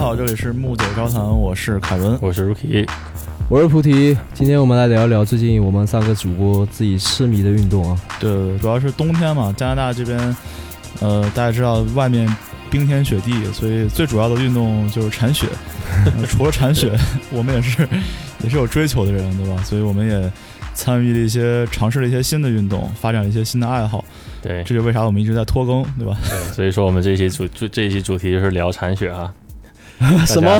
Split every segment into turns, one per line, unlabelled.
好，这里是木九招谈，我是凯文。
我是 Rookie，
我是菩提，今天我们来聊聊最近我们三个主播自己痴迷的运动啊。
对，主要是冬天嘛，加拿大这边，呃，大家知道外面冰天雪地，所以最主要的运动就是铲雪。呃除了铲雪， 我们也是也是有追求的人，对吧？所以我们也参与了一些尝试了一些新的运动，发展了一些新的爱好。
对
这就为啥我们一直在拖更，对吧？
对，所以说我们这一期主这这一期主题就是聊铲雪啊，
什么？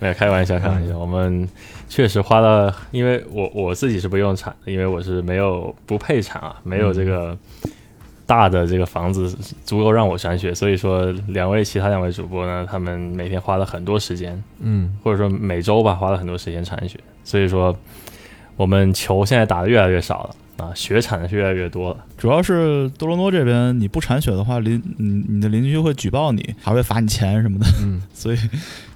没有开玩笑，开玩笑，我们确实花了，因为我我自己是不用铲，因为我是没有不配铲啊，没有这个
嗯
大的这个房子足够让我铲雪，所以说两位其他两位主播呢，他们每天花了很多时间，
嗯，
或者说每周吧，花了很多时间铲雪，所以说我们球现在打的越来越少了。啊，雪铲的是越来越多了，
主要是多伦多这边，你不铲雪的话，邻你你的邻居会举报你，还会罚你钱什么的。
嗯，
所以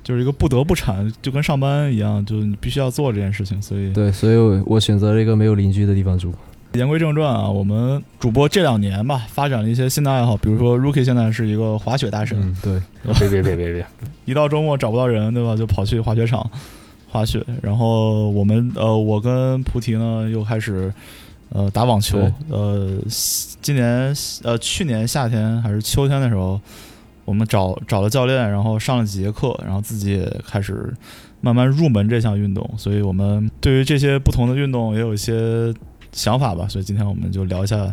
就是一个不得不铲，就跟上班一样，就你必须要做这件事情。所以
对，所以我我选择了一个没有邻居的地方住。
言归正传啊，我们主播这两年吧，发展了一些新的爱好，比如说 Rookie 现在是一个滑雪大神，
嗯，对，
别别别别别，
一到周末找不到人，对吧？就跑去滑雪场滑雪。然后我们呃，我跟菩提呢又开始呃打网球
对。
呃，西今年呃去年夏天还是秋天的时候，我们找找了教练，然后上了几节课，然后自己也开始慢慢入门这项运动。所以我们对于这些不同的运动也有一些想法吧。所以今天我们就聊一下，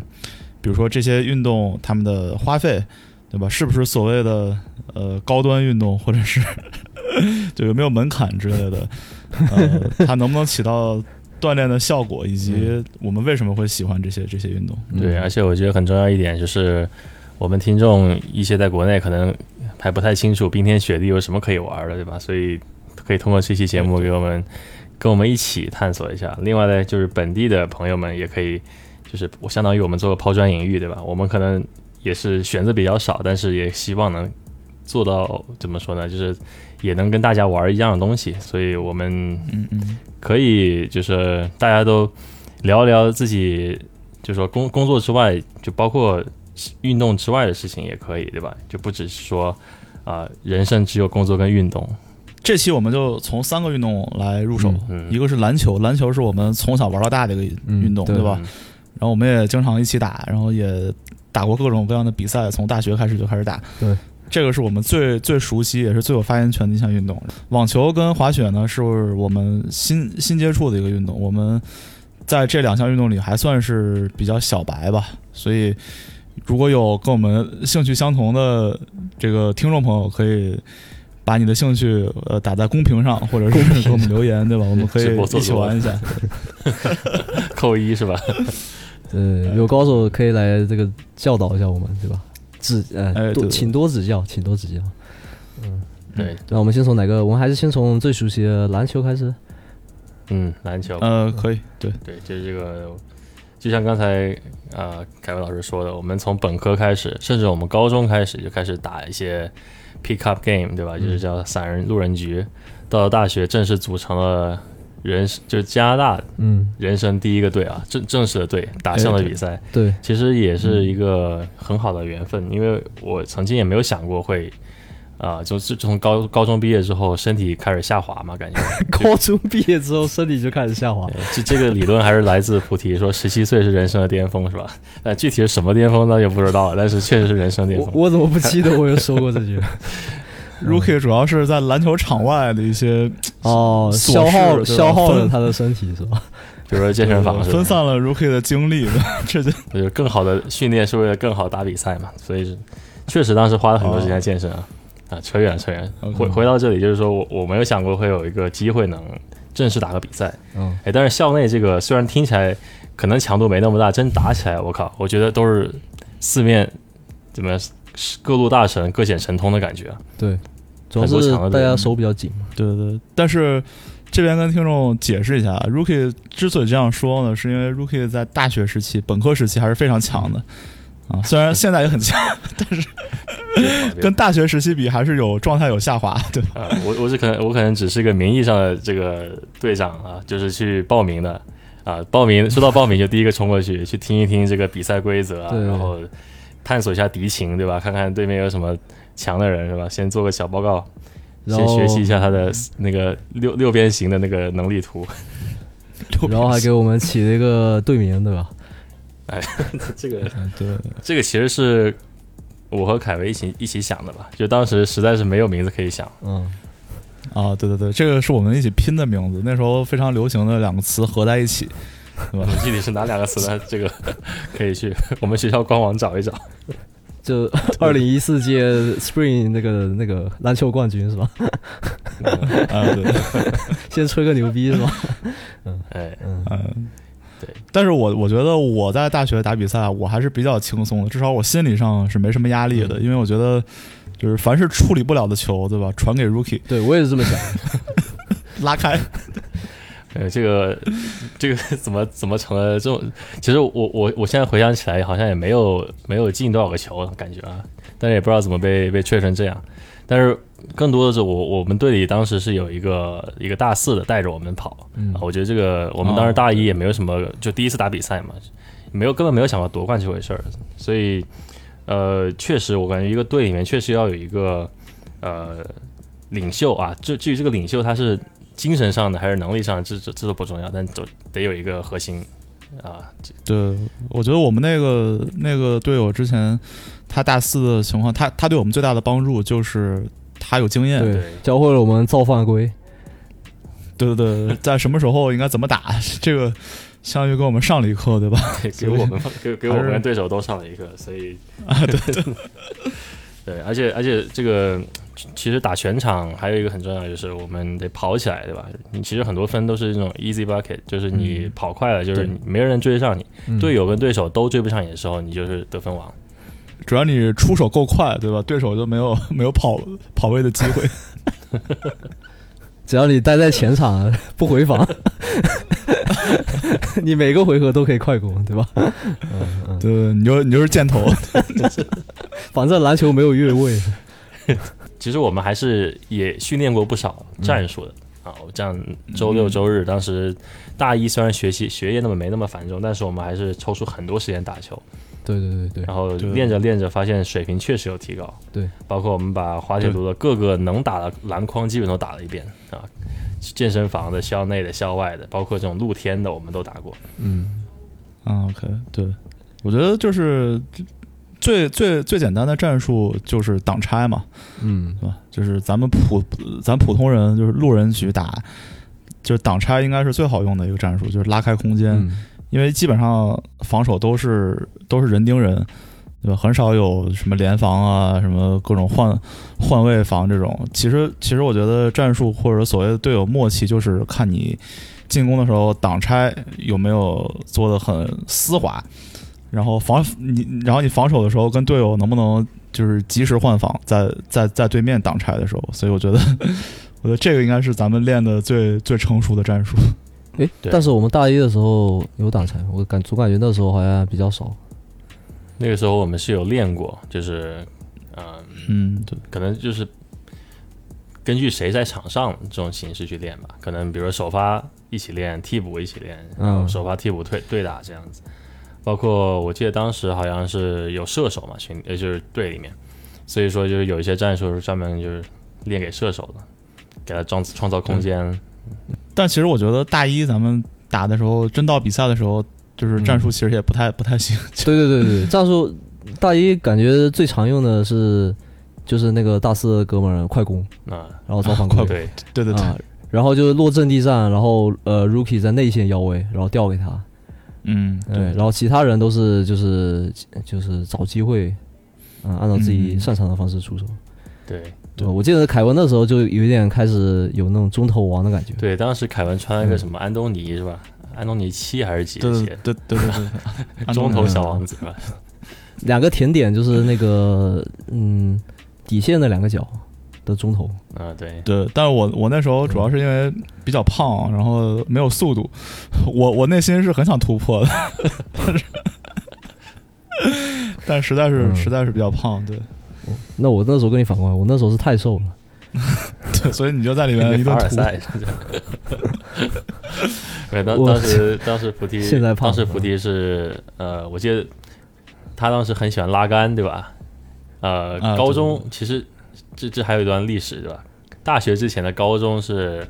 比如说这些运动他们的花费。对吧？是不是所谓的呃高端运动，或者是 就有没有门槛之类的？呃，它能不能起到锻炼的效果，以及我们为什么会喜欢这些这些运动？
嗯
对，而且我觉得很重要一点就是，我们听众一些在国内可能还不太清楚冰天雪地有什么可以玩的，对吧？所以可以通过这期节目给我们跟我们一起探索一下。另外呢，就是本地的朋友们也可以，就是我相当于我们做个抛砖引玉，对吧？我们可能也是选择比较少，但是也希望能做到怎么说呢？就是也能跟大家玩一样的东西，所以我们
嗯嗯，
可以就是大家都聊一聊自己，就说工工作之外，就包括运动之外的事情也可以，对吧？就不只是说啊、人生只有工作跟运动。
这期我们就从三个运动来入手，
嗯嗯
一个是篮球，篮球是我们从小玩到大的一个
嗯
运动，
对
对吧？
嗯
然后我们也经常一起打，然后也打过各种各样的比赛，从大学开始就开始打。
对，
这个是我们最最熟悉，也是最有发言权的一项运动。网球跟滑雪呢，是我们新新接触的一个运动，我们在这两项运动里还算是比较小白吧，所以。如果有跟我们兴趣相同的这个听众朋友，可以把你的兴趣呃打在公屏上，或者是给我们留言，对吧？我们可以
直播做
一起
做
玩一下。
扣一是吧？
呃，有高手可以来这个教导一下我们，对吧？指
哎
呃，
对
多
对
请多指教，请多指教。
对，
那我们先从哪个？我们还是先从最熟悉的篮球开始。
嗯，篮球，
呃，可以，对，
对，就是这个，就像刚才呃凯文老师说的，我们从本科开始，甚至我们高中开始就开始打一些 pickup game，对吧？就是叫散人路人局。到了大学，正式组成了人，就是加拿大
嗯，
人生第一个队啊，正正式的队打上了比
哎
赛，
对，
其实也是一
嗯
个很好的缘分，因为我曾经也没有想过会，啊、就是从高高中毕业之后身体开始下滑 嘛，感觉
高中毕业之后身体就开始下滑。
对这这个理论还是来自菩提说十七岁是人生的巅峰是吧？但具体是什么巅峰呢也不知道了，但是确实是人生巅
我
峰。
我怎么不记得我有说过这 句？
Rookie 主要是在篮球场外的一些，
哦，
琐事
消耗
对吧
消耗了
分
他的身体是吧？
比如说健身房是
呃
吧
分，散了 Rookie 的精力，这就
就是更好的训练是为了更好打比赛嘛，所以是确实当时花了很多时间健身啊。啊，扯远了扯远了，
OK
回回到这里就是说我我没有想过会有一个机会能正式打个比赛，
嗯，
哎，但是校内这个虽然听起来可能强度没那么大，真打起来，我靠，我觉得都是四面怎么样各路大神各显神通的感觉啊。
对，主要
很多
是
强的
大
队
家
伍
手比较紧嘛。
对对。但是这边跟听众解释一下，Rookie 啊之所以这样说呢，是因为 Rookie 在大学时期、本科时期还是非常强的啊，虽然现在也很强，跟大学时期比还是有状态有下滑，对吧？
啊，我我是可能我可能只是个名义上的这个队长啊，就是去报名的啊。报名说到报名就第一个冲过去去听一听这个比赛规则啊，
对
然后探索一下敌情，对吧？看看对面有什么强的人，是吧？先做个小报告，
然
先
后
学习一下他的那个六六边形的那个能力图。
然后还给我们起了一个队名，对吧？
这个
嗯对，
这个其实是我和凯文一起一起想的吧，就当时实在是没有名字可以想，
嗯，
啊，对对对，这个是我们一起拼的名字，那时候非常流行的两个词合在一起，
我具体是哪两个词呢？这个 可以去 我们学校官网找一找。
就二零一四届 Spring 那个那个篮球冠军是吧？
啊，对对，
先吹个牛逼是吧？
哎，
嗯，
嗯，
对。
但是我我觉得我在大学打比赛，我还是比较轻松的，至少我心理上是没什么压力
嗯
的，因为我觉得就是凡是处理不了的球，对吧？传给 Rookie
对我也是这么想。
拉 开，
呃，这个这个怎么怎么成了这种？其实我我我现在回想起来，好像也没有没有进多少个球，感觉啊，但是也不知道怎么被被吹成这样。但是更多的是我我们队里当时是有一个一个大四的带着我们跑，
嗯
啊，我觉得这个我们当时大一也没有什么，就第一次打比赛嘛，没有根本没有想到夺冠这回事儿，所以呃，确实我感觉一个队里面确实要有一个呃领袖啊，至至于这个领袖他是精神上的还是能力上的，这这这都不重要，但都得有一个核心啊，
对，我觉得我们那个那个队友之前他大四的情况，他他对我们最大的帮助就是他有经验，
对
对
教会了我们造犯规。
对对对对，在什么时候应该怎么打，这个相当于给我们上了一课，对吧？
给给我们给给我
还
们
是
对手都上了一课，所以啊，对对 对，而且而且这个其其实打全场还有一个很重要的就是我们得跑起来，对吧？你其实很多分都是那种 easy bucket，就是你跑快了，就是
对
你没人追上你，
嗯
队友跟对手都追不上你的时候，你就是得分王。
主要你出手够快，对吧？对手就没有没有跑跑位的机会。
只要你待在前场 不回防，你每个回合都可以快攻，对吧？嗯嗯，
对，你就你就是箭头。
反正篮球没有越位。
其实我们还是也训练过不少战术的、啊。
嗯
我这样周六周日，当时大一虽然学习学业那么没那么繁重，但是我们还是抽出很多时间打球。
对对对对
然后
对
练着练着，发现水平确实有提高。
对，
包括我们把滑铁卢的各个能打的篮筐基本都打了一遍啊，健身房的、校内的、校外的，包括这种露天的，我们都打过。
嗯，
啊，OK，对，我觉得就是最最最简单的战术就是挡拆嘛，
嗯，
对吧？就是咱们普咱普通人就是路人去打，就是挡拆应该是最好用的一个战术，就是拉开空间，
嗯
因为基本上防守都是都是人盯人。对吧？很少有什么联防啊，什么各种换换位防这种。其实，其实我觉得战术或者所谓的队友默契，就是看你进攻的时候挡拆有没有做的很丝滑，然后防你，然后你防守的时候跟队友能不能就是及时换防，在在在对面挡拆的时候。所以我觉得， 我觉得这个应该是咱们练的最最成熟的战术。
诶，
对
但是我们大一的时候有挡拆，我感总感觉那时候好像比较少。
那个时候我们是有练过，就是嗯、呃
嗯，对，
可能就是根据谁在场上这种形式去练吧。可能比如说首发一起练，替补一起练，
嗯
然后首发替补对对打这样子。包括我记得当时好像是有射手嘛，群呃就是队里面，所以说就是有一些战术是专门就是练给射手的，给他创创造空间。
但其实我觉得大一咱们打的时候，真到比赛的时候，就是战
嗯
术其实也不太、不 太行。就
对对对对，战术 大一感觉最常用的是就是那个大四的哥们儿快攻，
啊，
然后造犯
快攻。
规
对，
对对对，
啊，然后就落阵地战，然后呃，Rookie 在内线腰围，然后吊给他，
嗯，
对，然后其他人都是就是就是找机会，嗯，按照自己
嗯
擅长的方式出手。
对
对，我记得凯文那时候就有一点开始有那种中投王的感觉。
对，当时凯文穿了一个什么安东尼是吧？安东尼七还是几
对
的
对
鞋？
对对对对对，
中投小王子吧？
两个甜点就是那个 嗯底线的两个角的中投，
啊，对，
对，但是我我那时候主要是因为比较胖，然后没有速度，我我内心是很想突破的， 但是但实在是
嗯
实在是比较胖， 对
那我那时候跟你反过来，我那时候是太瘦了。
对，所以你就在里面一
凡
顿
尔
突，
赛。对，当
我
当时当时菩提，
现在胖
当时菩提是呃，我记得他当时很喜欢拉杆，对吧？呃，
啊
高中其实这这还有一段历史，对吧？大学之前的高中是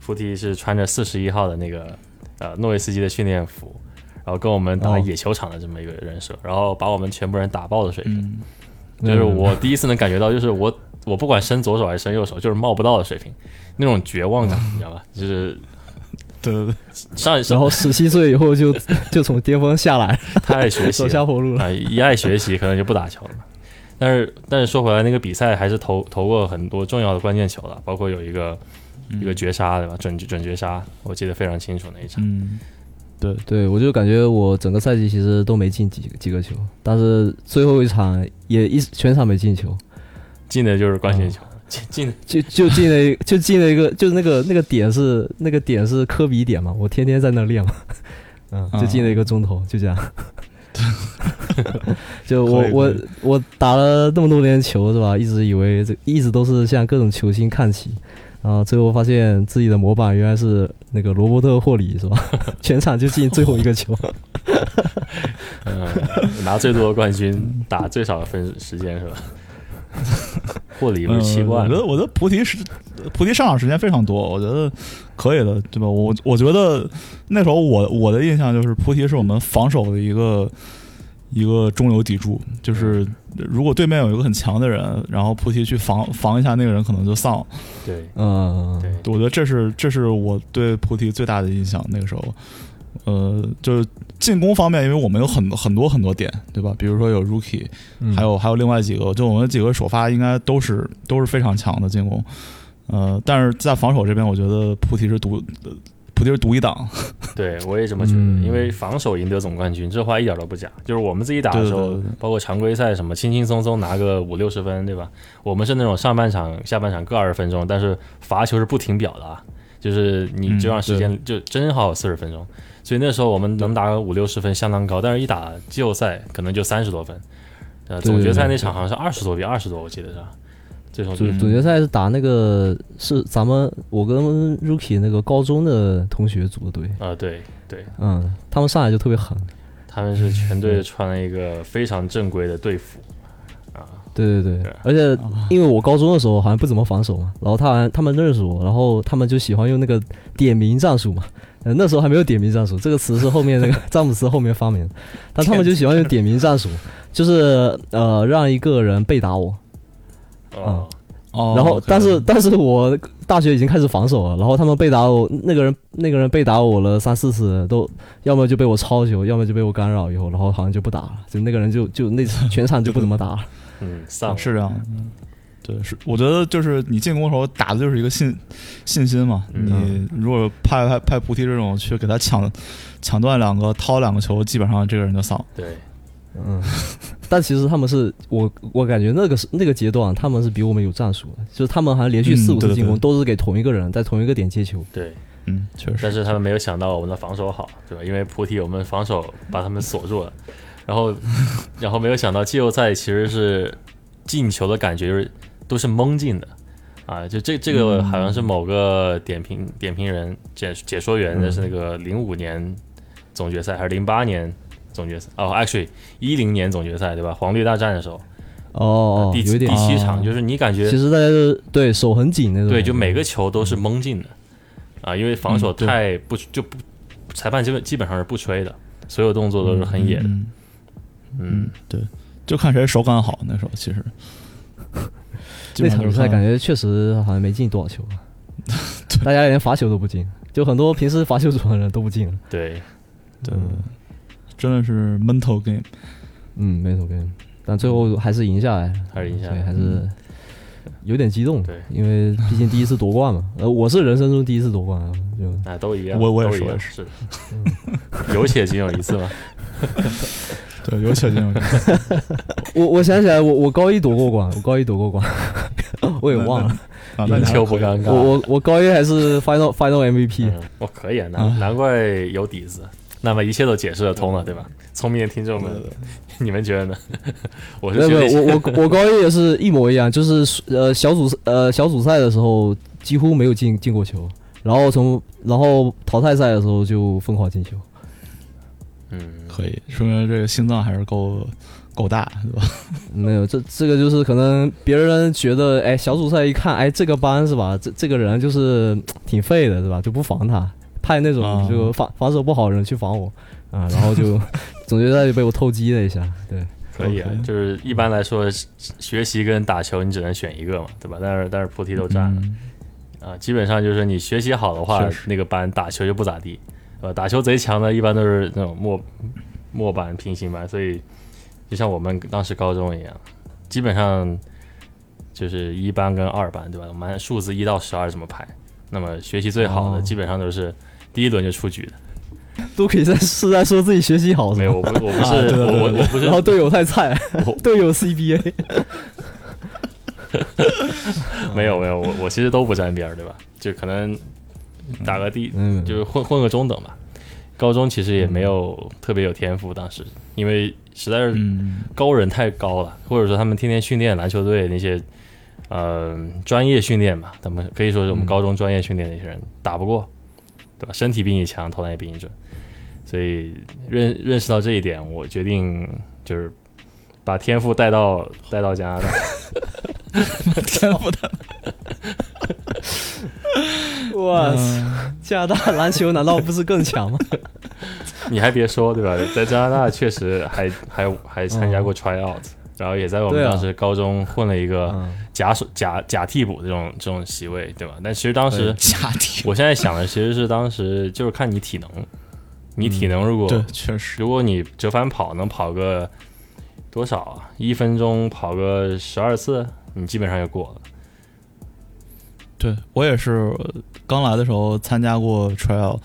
菩提是穿着四十一号的那个呃诺维斯基的训练服，然后跟我们打
哦
野球场的这么一个人设，然后把我们全部人打爆的水平。
嗯，
就是我第一次能感觉到，就是我我不管伸左手还是伸右手，就是冒不到的水平，那种绝望感，你知道吧？就是
对对对，
上
然
上
后十七岁以后 就就从巅峰下来，
太 爱学习
走
了
下坡路了。
啊，一爱学习可能就不打球了。但是但是说回来，那个比赛还是投投过很多重要的关键球了，包括有一个
嗯
一个绝杀对吧？准准绝杀，我记得非常清楚那一场。
嗯，对，
对，我就感觉我整个赛季其实都没进几几个球，但是最后一场也一全场没进球，
进的就是
嗯
关键球，进进的
就就进了一 就进了一个，就是那个那个点是那个点是科比点嘛，我天天在那练嘛， 嗯，
啊
就进了一个中投，就这样。 就我
可以
我
可以
我打了那么多年球是吧？一直以为这一直都是向各种球星看齐，然后最后发现自己的模板原来是那个罗伯特霍里是吧？ 全场就进最后一 个球。
嗯，拿最多的冠军，打最少的分时间是吧？ 霍里不是习惯
嗯我觉
了
得，我觉得菩提是菩提上场时间非常多，我觉得可以的，对吧？我我觉得那时候我我的印象就是菩提是我们防守的一个一个中流砥柱，就是如果对面有一个很强的人，然后菩提去防防一下那个人，可能就丧了。
对
嗯，
对，
我觉得这是这是我对菩提最大的印象。那个时候，呃，就是进攻方面，因为我们有很很多很多点，对吧？比如说有 Rookie，
嗯
还有还有另外几个，就我们几个首发应该都是都是非常强的进攻，呃，但是在防守这边，我觉得菩提是独，呃菩提是独一档，
对，我也这么觉得，
嗯
因为防守赢得总冠军，这话一点都不假。就是我们自己打的时
对
候，
对对对
包括常规赛什么，轻轻松松拿个五六十分，对吧？我们是那种上半场、下半场各二十分钟，但是罚球是不停表的啊，就是你
嗯
就让时间、
对
就真好四十分钟。所以那时候我们能打个五六十分相当高，但是一打季后赛可能就三十多分，呃，
对
总决赛
对
那场好像是二十多比二十多，我记得是吧，最终
总
嗯
总决赛是打那个是咱们我跟 Rookie 那个高中的同学组的队，
啊、对对，
嗯，他们上来就特别狠，
他们是全
嗯
队穿了一个非常正规的队服啊。
对对
对
对，而且因为我高中的时候好像不怎么防守嘛，然后他好像他们认识我，然后他们就喜欢用那个点名战术嘛，呃那时候还没有点名战术这个词是后面那个 詹姆斯后面发明的，但他们就喜欢用点名战术，就是呃让一个人背打我，
哦，
哦
然后，但是但是我大学已经开始防守了，然后他们被打我，那个人那个人被打我了三四次，都要么就被我抄球，要么就被我干扰以后，然后好像就不打了，就那个人就就那全场就不怎么打了。
嗯，丧了
是这样的。对，是我觉得就是你进攻的时候打的就是一个信信心嘛。
嗯
你如果派派派菩提这种去给他抢抢断两个、掏两个球，基本上这个人就丧。
对，
嗯，但其实他们是我我感觉那个是那个阶段他们是比我们有战术的，就是他们好像连续
嗯
四
对
五次
对
进攻
对
都是给同一个人在同一个点接球。
对，
嗯，确实。
但是他们没有想到我们的防守好，对吧？因为菩提我们防守把他们锁住了，然后， 然后没有想到季后赛其实是进球的感觉就是都是蒙进的啊！就这这个好像是某个点评点评人解解说员的是那个零五年总决赛还是零八年总决赛？哦，actually 一零年总决赛对吧？黄绿大战的时候，
哦哦，
第
有一
第
点。
七场
哦
就是你感觉
其实大家就是对手很紧那种。
对，就每个球都是蒙进的啊，因为防守
嗯对
太不就不，裁判基本基本上是不吹的，所有动作都是很野的。
嗯
嗯，
对，就看谁手感好。那时候 其实基本上
那场
就
比
是
赛
看
感觉确实好像没进多少 球啊，大家连罚球都不进，就很多平时罚球准的人都不进了。
对，
对，真的是 mental game。
嗯，没什么跟，但最后还是赢下来了，
还是赢下
对，
来。
还是有点激动。
对
因为毕竟第一次夺冠嘛，呃，我是人生中第一次夺冠啊，就
啊，都一样，
我我也
都
是
一
我
样
也
是的， 有且仅有一次嘛。
对，有且进有 且
我我想起来，我我高一夺过冠，我高一夺过冠，我也忘了，
啊，那
赢
你还
球不尴尬。
我我我高一还是 final final MVP，
嗯我可以啊，难难怪有底子。那么一切都解释得通了，对吧？聪明的听众们，你们觉得呢？ 我是
没有
觉
没
得
有，我我我高一也是一模一样，就是呃小组呃小组赛的时候几乎没有进进过球，然后从然后淘汰赛的时候就疯狂进球，
嗯，
可以，说明这个心脏还是够够大，对吧？
没有，这这个就是可能别人觉得，哎，小组赛一看，哎，这个班是吧？这这个人就是嗯挺废的，是吧？就不防他，派那种
啊
就防、防守不好的人去防我，啊，然 后就总决赛就被我偷鸡了一下，对，
可以啊
OK
就是一般来说，学习跟打球你只能选一个嘛，对吧？但是但是菩提都占了、
嗯
啊，基本上就是你学习好的话
确，实
那个班打球就不咋地，呃，打球贼强的一般都是那种末末班、平行班，所以就像我们当时高中一样，基本上就是一班跟二班，对吧？我们按数字一到十二这么排，那么学习最好的
哦
基本上都是第一轮就出局的。
都可以在是在说自己学习好，是
没
吧
有，我不 我不
啊对
是
对
我我我不是
然后队友太菜
我，
队友 CBA，
没有没有，我我其实都不沾边儿，对吧？就可能打个第，
嗯，
就是混混个中等吧。高中其实也
嗯
没有特别有天赋，当时因为实在是
嗯，
高人太高了，或者说他们天天训练篮球队那些，呃，专业训练嘛，他们可以说是我们
嗯
高中专业训练那些人打不过，对吧？身体比你强，投篮也比你准，所以认认识到这一点，我决定就是把天赋带到带到加拿大。
天赋的，
哇，加拿大篮球难道不是更强 吗？
你还别说，对吧？在加拿大确实还还还参加过
嗯
try out，、然后也在我们
对啊
当时高中混了一个
嗯
假手、假假替补这种这种席位，对吧？但其实当 时
对
家庭，
我现在想的其实是当时就是看你体能，你体能如果、
嗯对，确实，
如果你折返跑能跑个多少啊？一分钟跑个十二次，你基本上就过了。
对我也是呃刚来的时候参加过 trial，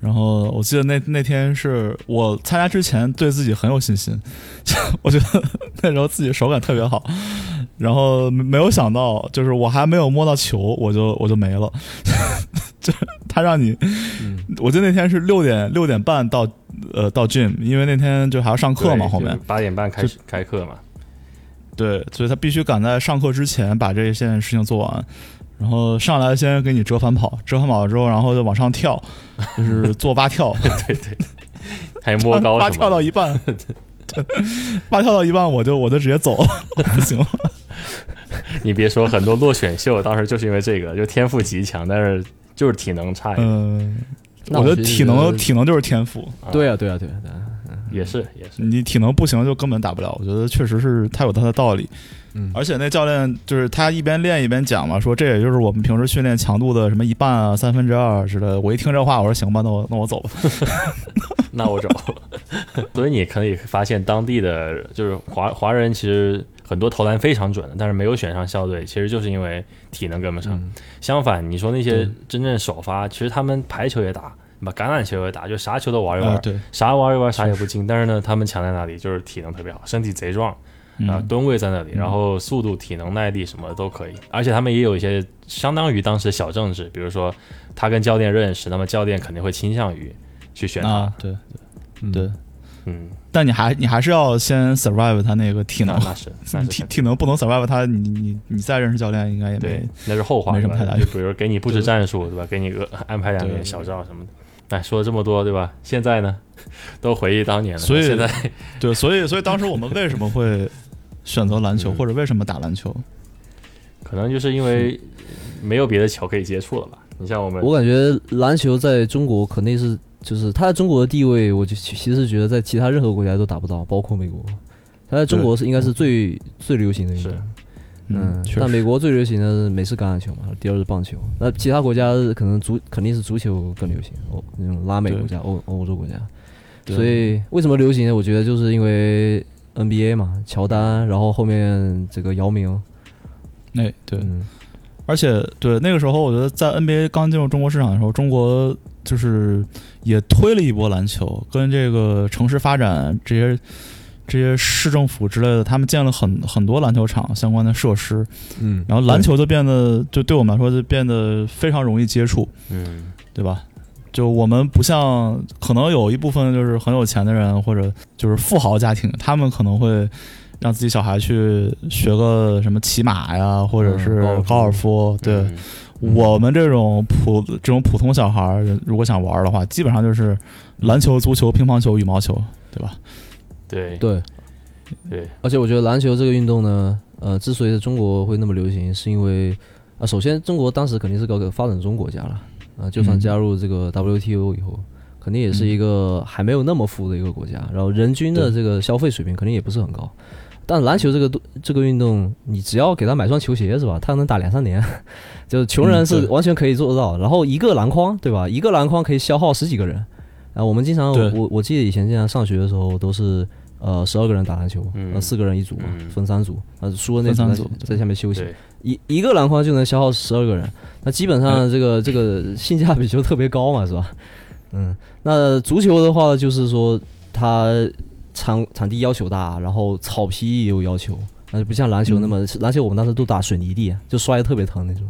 然后我记得那那天是我参加之前对自己很有信心， 我觉得那时候自己手感特别好，然后没没有想到就是我还没有摸到球我就我就没了， 就是他让你，我记得那天是六点六点半到呃到 gym，因为那天就还要上课嘛
对
后面
就，八点半开始开课嘛，
对，所以他必须赶在上课之前把这件事情做完，然后上来先给你折返跑，折返跑了之后，然后就往上跳，就是做蛙跳，
还摸高
蛙
什
跳
么
到
的。
一半，对蛙跳到一半我就我就直接走， 不行了，
你别说，很多落选秀当时就是因为这个，就天赋极强，但是就是体能差一点。
嗯、
那
我觉
其
得
实
体能体能就是天赋，
啊
对啊，对啊，对啊，对啊，
也是也是，
你体能不行就根本打不了。我觉得确实是他有他的道理，
嗯
而且那教练就是他一边练一边讲嘛，说这也就是我们平时训练强度的什么一半啊、三分之二之类的。我一听这话，我说行吧，那我那我走吧。
那我走。 所以你可以发现当地的就是华华人，其实很多投篮非常准的，但是没有选上校队，其实就是因为体能跟不上。
嗯
相反，你说那些真正首发，其实他们排球也打，把橄榄球也打，就啥球都玩一玩，
啊，对，
啥玩一玩啥也不进。但是呢，他们强在哪里？就是体能特别好，身体贼壮。啊，
嗯
吨位在那里，然后速度、体能、耐力什么都可以，而且他们也有一些相当于当时小政治，比如说他跟教练认识，那么教练肯定会倾向于去选他，
啊，对
嗯
对，
嗯，
但你还你还是要先 survive 他那个体
那
能，
那是那是
体
肯定
体能不能 survive 他，你你你再认识教练应该也
对
没，
那是后话，
没什么
对吧
太大用
就比如给你布置战术，对吧？给你个安排两个
对对
小照什么的。哎，说了这么多，对吧？现在呢，都回忆当年了。
所以
现在
对，所以所以当时我们为什么会选择篮球，
嗯
或者为什么打篮球？
可能就是因为没有别的球可以接触了吧？你像我们，
我感觉篮球在中国肯定是，就是它在中国的地位，我就其其实觉得在其他任何国家都达不到，包括美国。它在中国是应该是最最流行的运动
是，
嗯，
确
但
实，
美国最流行的是美式橄榄球嘛，第二是棒球，那其他国家可能足肯定是足球更流行，欧那种拉美国家、欧欧洲国家。
对
所以为什么流行呢？我觉得就是因为 NBA 嘛，乔丹，然后后面这个姚明，
哎，对，
嗯，
而且对那个时候，我觉得在 NBA 刚进入中国市场的时候，中国就是也推了一波篮球，跟这个城市发展这些这些市政府之类的，他们建了很很多篮球场相关的设施，
嗯
然后篮球就变得就对我们来说就变得非常容易接触，
嗯，
对吧？就我们不像可能有一部分就是很有钱的人或者就是富豪家庭，他们可能会让自己小孩去学个什么骑马呀，或者是
嗯高尔夫
高尔夫，对。
嗯
我们这种普这种普通小孩儿，如果想玩儿的话，基本上就是篮球、足球、乒乓球、羽毛球，对吧？
对
对，
对，
而且我觉得篮球这个运动呢，呃，之所以在中国会那么流行，是因为啊、首先中国当时肯定是搞个发展中国家了，啊、就算
嗯
加入这个 WTO 以后，肯定也是一个还没有那么富的一个国家，然后人均的这个消费水平肯定也不是很高。但篮球这个东这个运动，你只要给他买双球鞋是吧？他能打两三年， 就是穷人
嗯
是
对
完全可以做得到。然后一个篮筐对吧？一个篮筐可以消耗十几个人。啊，我们经常
对
我我记得以前经常上学的时候都是呃十二个人打篮球，
嗯
呃四个人一组嘛，
嗯
分三组，呃输的那
分三
在
组对
在下面休息，
对，
一一个篮筐就能消耗十二个人，那基本上这个、这个性价比就特别高嘛，是吧？嗯，那足球的话就是说它场场地要求大，然后草皮也有要求，那就不像篮
嗯
球那么，篮球我们当时都打水泥地，就摔得特别疼那种。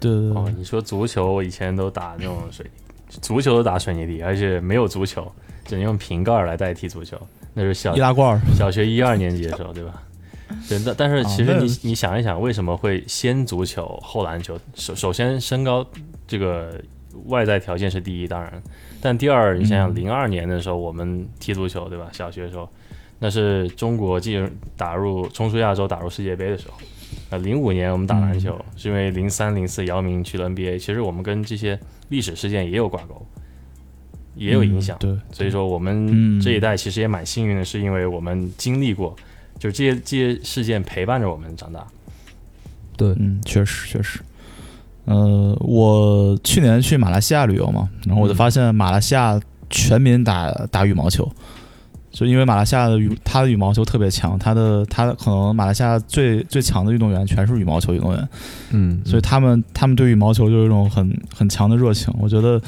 对对
哦，你说足球，我以前都打那种水，足球都打水泥地，而且没有足球，只能用瓶盖儿来代替足球。那是小
易拉罐儿，
小学一二年级的时候，对吧？对，但但是
啊
其实
那
你、你想一想，为什么会先足球后篮球？首首先身高这个外在条件是第一，当然，但第二，你想想
嗯
零二年的时候我们踢足球，对吧？小学的时候，那是中国进入打入冲出亚洲打入世界杯的时候。呃，零五年我们打篮球，
嗯
是因为零三零四姚明去了 NBA，其实我们跟这些历史事件也有挂钩，也有影响。
嗯对，
所以说我们
嗯
这一代其实也蛮幸运的，是因为我们经历过，就是这些这些事件陪伴着我们长大。
对，
嗯，确实确实。呃，我去年去马来西亚旅游嘛，然后我就
嗯
发现马来西亚全民打打羽毛球，就因为马来西亚的羽它的羽毛球特别强，它的它的可能马来西亚最最强的运动员全是羽毛球运动员，
嗯
所以他们他们对羽毛球就有一种很很强的热情。我觉得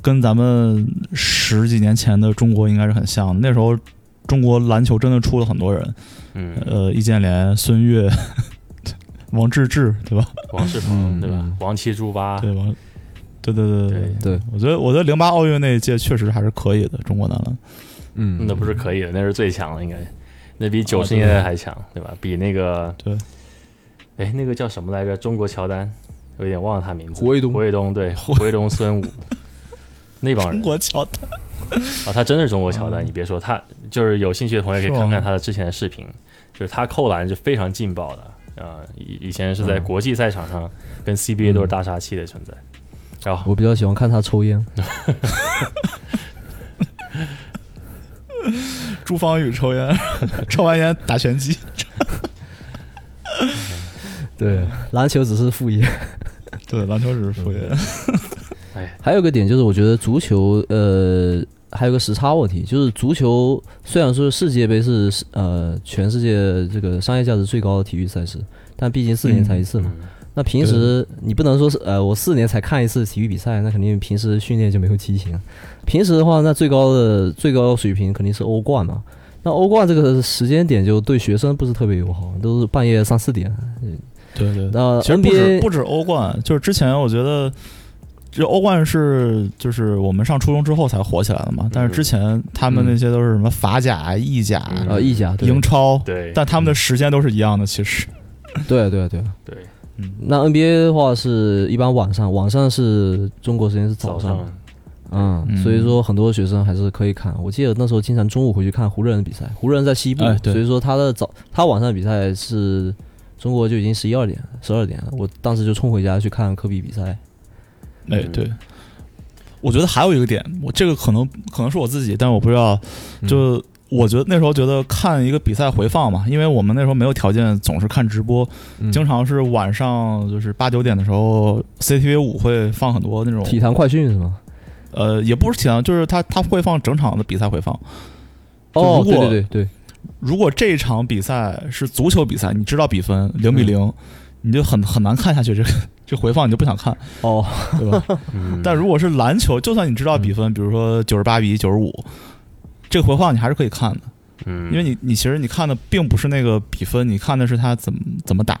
跟咱们十几年前的中国应该是很像的，那时候中国篮球真的出了很多人，
嗯，
呃，易建联、孙悦、王治郅，对吧？
王世鹏、
嗯
对吧
嗯？
王七猪八，
对吧？对对对
啊对
对，
我觉得我觉得零八奥运那一届确实还是可以的，中国男篮。
嗯
那不是可以的，那是最强的，应该，那
啊
比九十
对
年代还强，对吧？比那个
对，
哎，那个叫什么来着？中国乔丹，有点忘了他名字。
胡卫东
胡卫东 对，胡卫东、孙武，那帮
中
人
国乔丹
啊，他真的是中国乔丹，你别说他，就是有兴趣的朋友可以
嗯是吗
看看他的之前的视频，就是他扣篮是非常劲爆的，呃，以以前是
嗯
在国际赛场上跟 CBA 都是大杀器的存在。然后
我比较喜欢看他抽烟。
朱芳雨抽烟， 抽完烟打拳击。
对，篮球只是副业。
对，篮球只是副业。
嗯
还有一个点就是，我觉得足球，呃，还有个时差问题，就是足球虽然说世界杯是呃全世界这个商业价值最高的体育赛事，但毕竟四年才一次嘛。
嗯
那平时你不能说是呃我四年才看一次体育比赛，那肯定平时训练就没有激情。平时的话，那最高的最高水平肯定是欧冠嘛。那欧冠这个时间点就对学生不是特别友好，都是半夜三四点。
对对
那
呃
其实不止
NBA
不止欧冠，就是之前我觉得，就欧冠是就是我们上初中之后才火起来的
嗯
嘛。但是之前他们那些都是什么法甲、意甲、
嗯
呃意甲对
英超，
对
但他们的时间都是一样的。其实，
对对对。
对
嗯，
那 NBA 的话是一般晚上，晚上是中国时间是早上，嗯，
嗯
所以说很多学生还是可以看。我记得那时候经常中午回去看湖人的比赛，湖人在西部，
哎对
所以说他的早他晚上的比赛是中国就已经十一二点十二点了。我当时就冲回家去看科比比赛，
哎
嗯
对。我觉得还有一个点，我这个可能可能是我自己，但是我不知道。就我觉得那时候觉得看一个比赛回放嘛，因为我们那时候没有条件，总是看直播，
嗯
经常是晚上就是八九点的时候，CCTV 五会放很多那种
体坛快讯是吗？
呃，也不是体坛，就是他他会放整场的比赛回放。就
哦，
如
对
果
对对对，
如果这一场比赛是足球比赛，你知道比分零比零、你就很很难看下去。这个这回放你就不想看，
哦，
对吧？
嗯
但如果是篮球，就算你知道比分，比如说九十八比一九十五，这个回放你还是可以看的，
嗯，
因为你你其实你看的并不是那个比分，你看的是他怎么怎么打，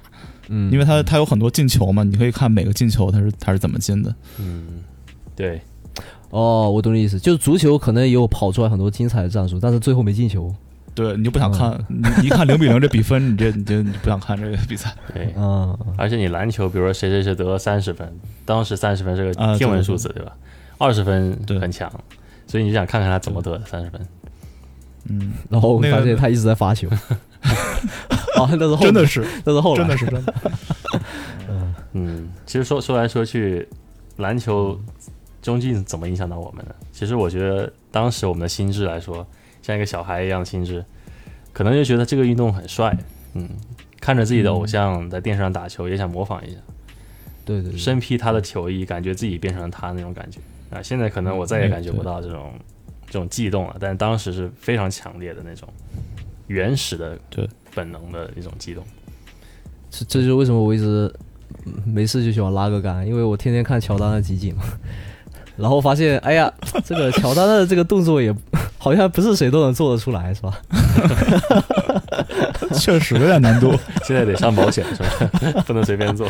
嗯，
因为他他有很多进球嘛，你可以看每个进球他是他是怎么进的。
嗯，对
哦，我懂你意思，就是足球可能也有跑出来很多精彩的战术，但是最后没进球，
对你就不想看，你一看零比零这比分，你这你就你就不想看这个比赛。
对，
啊，
而且你篮球，比如说谁谁谁得了三十分，当时三十分是
啊
个
对
天文数字，对吧？二十分
对
很强，所以你就想看看他怎么得的三十分。
嗯，
然后我
那个
发现他一直在 发球。啊，那是后
真的是，
那是后来
真的是真的。
嗯，其实说说来说去，篮球究竟怎么影响到我们呢？其实我觉得当时我们的心智来说，像一个小孩一样的心智，可能就觉得这个运动很帅，嗯，看着自己的偶像在电视上打球，也想模仿一下，
对对对，
身披他的球衣，感觉自己变成了他那种感觉啊。现在可能我再也
嗯
感觉不到这种这种悸动了，但当时是非常强烈的那种原始的
对
本能的一种激动。
这这就是为什么我一直嗯没事就喜欢拉个杆，因为我天天看乔丹的集锦嘛， 然后发现哎呀，这个乔丹的这个动作也 好像不是谁都能做得出来，是吧？
确实有点难度。
现在得上保险是吧？ 不能随便做。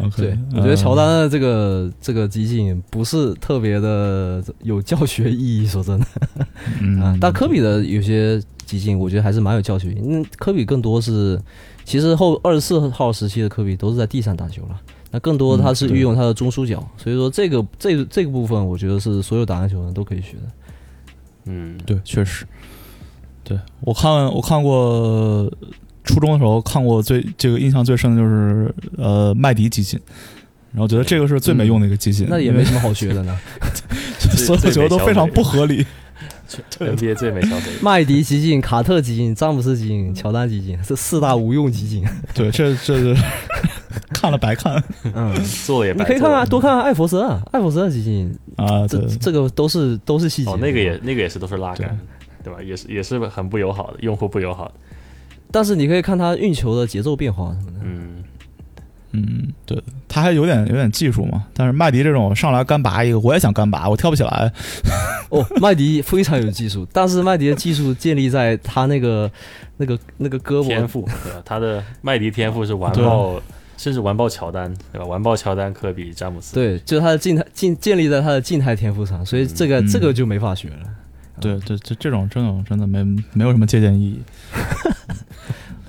OK，
我觉得乔
丹
丹的这个这个集锦不是特别的有教学意义，说真的啊
嗯，，
但科比的有些集锦我觉得还是蛮有教学意义。那科比更多是，其实后二十四号时期的科比都是在地上打球了。那更多他是
嗯对
运用他的中枢脚，所以说这个这这个部分，我觉得是所有打篮球人都可以学的。
嗯，
对，确实，对我看我看过初中的时候看过最这个印象最深的就是呃麦迪集锦，然后觉得这个是最没用的一个集锦，
嗯那也
因为
没什么好学的呢。
所有球都非常不合理。
NBA 最美小 腿，
麦迪集锦、卡特集锦、詹姆斯集锦、乔丹集锦，这四大无用集锦。
对，这这这看了白看
嗯，
做了也
你
白
可以
做
看看多看看艾弗森啊，艾弗森的集锦，
啊，
这
对，
这个都是都是细节。
哦，那个也
嗯
那个也是都是拉杆，对吧？也是也是很不友好的，用户不友好的。
但是你可以看他运球的节奏变化什么的。
嗯，
嗯，对，他还有点有点技术嘛，但是麦迪这种上来干拔一个，我也想干拔，我跳不起来，
哦，麦迪非常有技术，但是麦迪的技术建立在他那个那个那个胳
天
膊。
赋，对吧？他的麦迪天赋是完
啊
爆，甚至完爆乔丹，对吧？完爆乔丹、科比、詹姆斯。
对，就是他的静态建建立在他的静态天赋上，所以这个、
嗯
这个就没法学了。
对对，这这种这种真的没没有什么借鉴意义。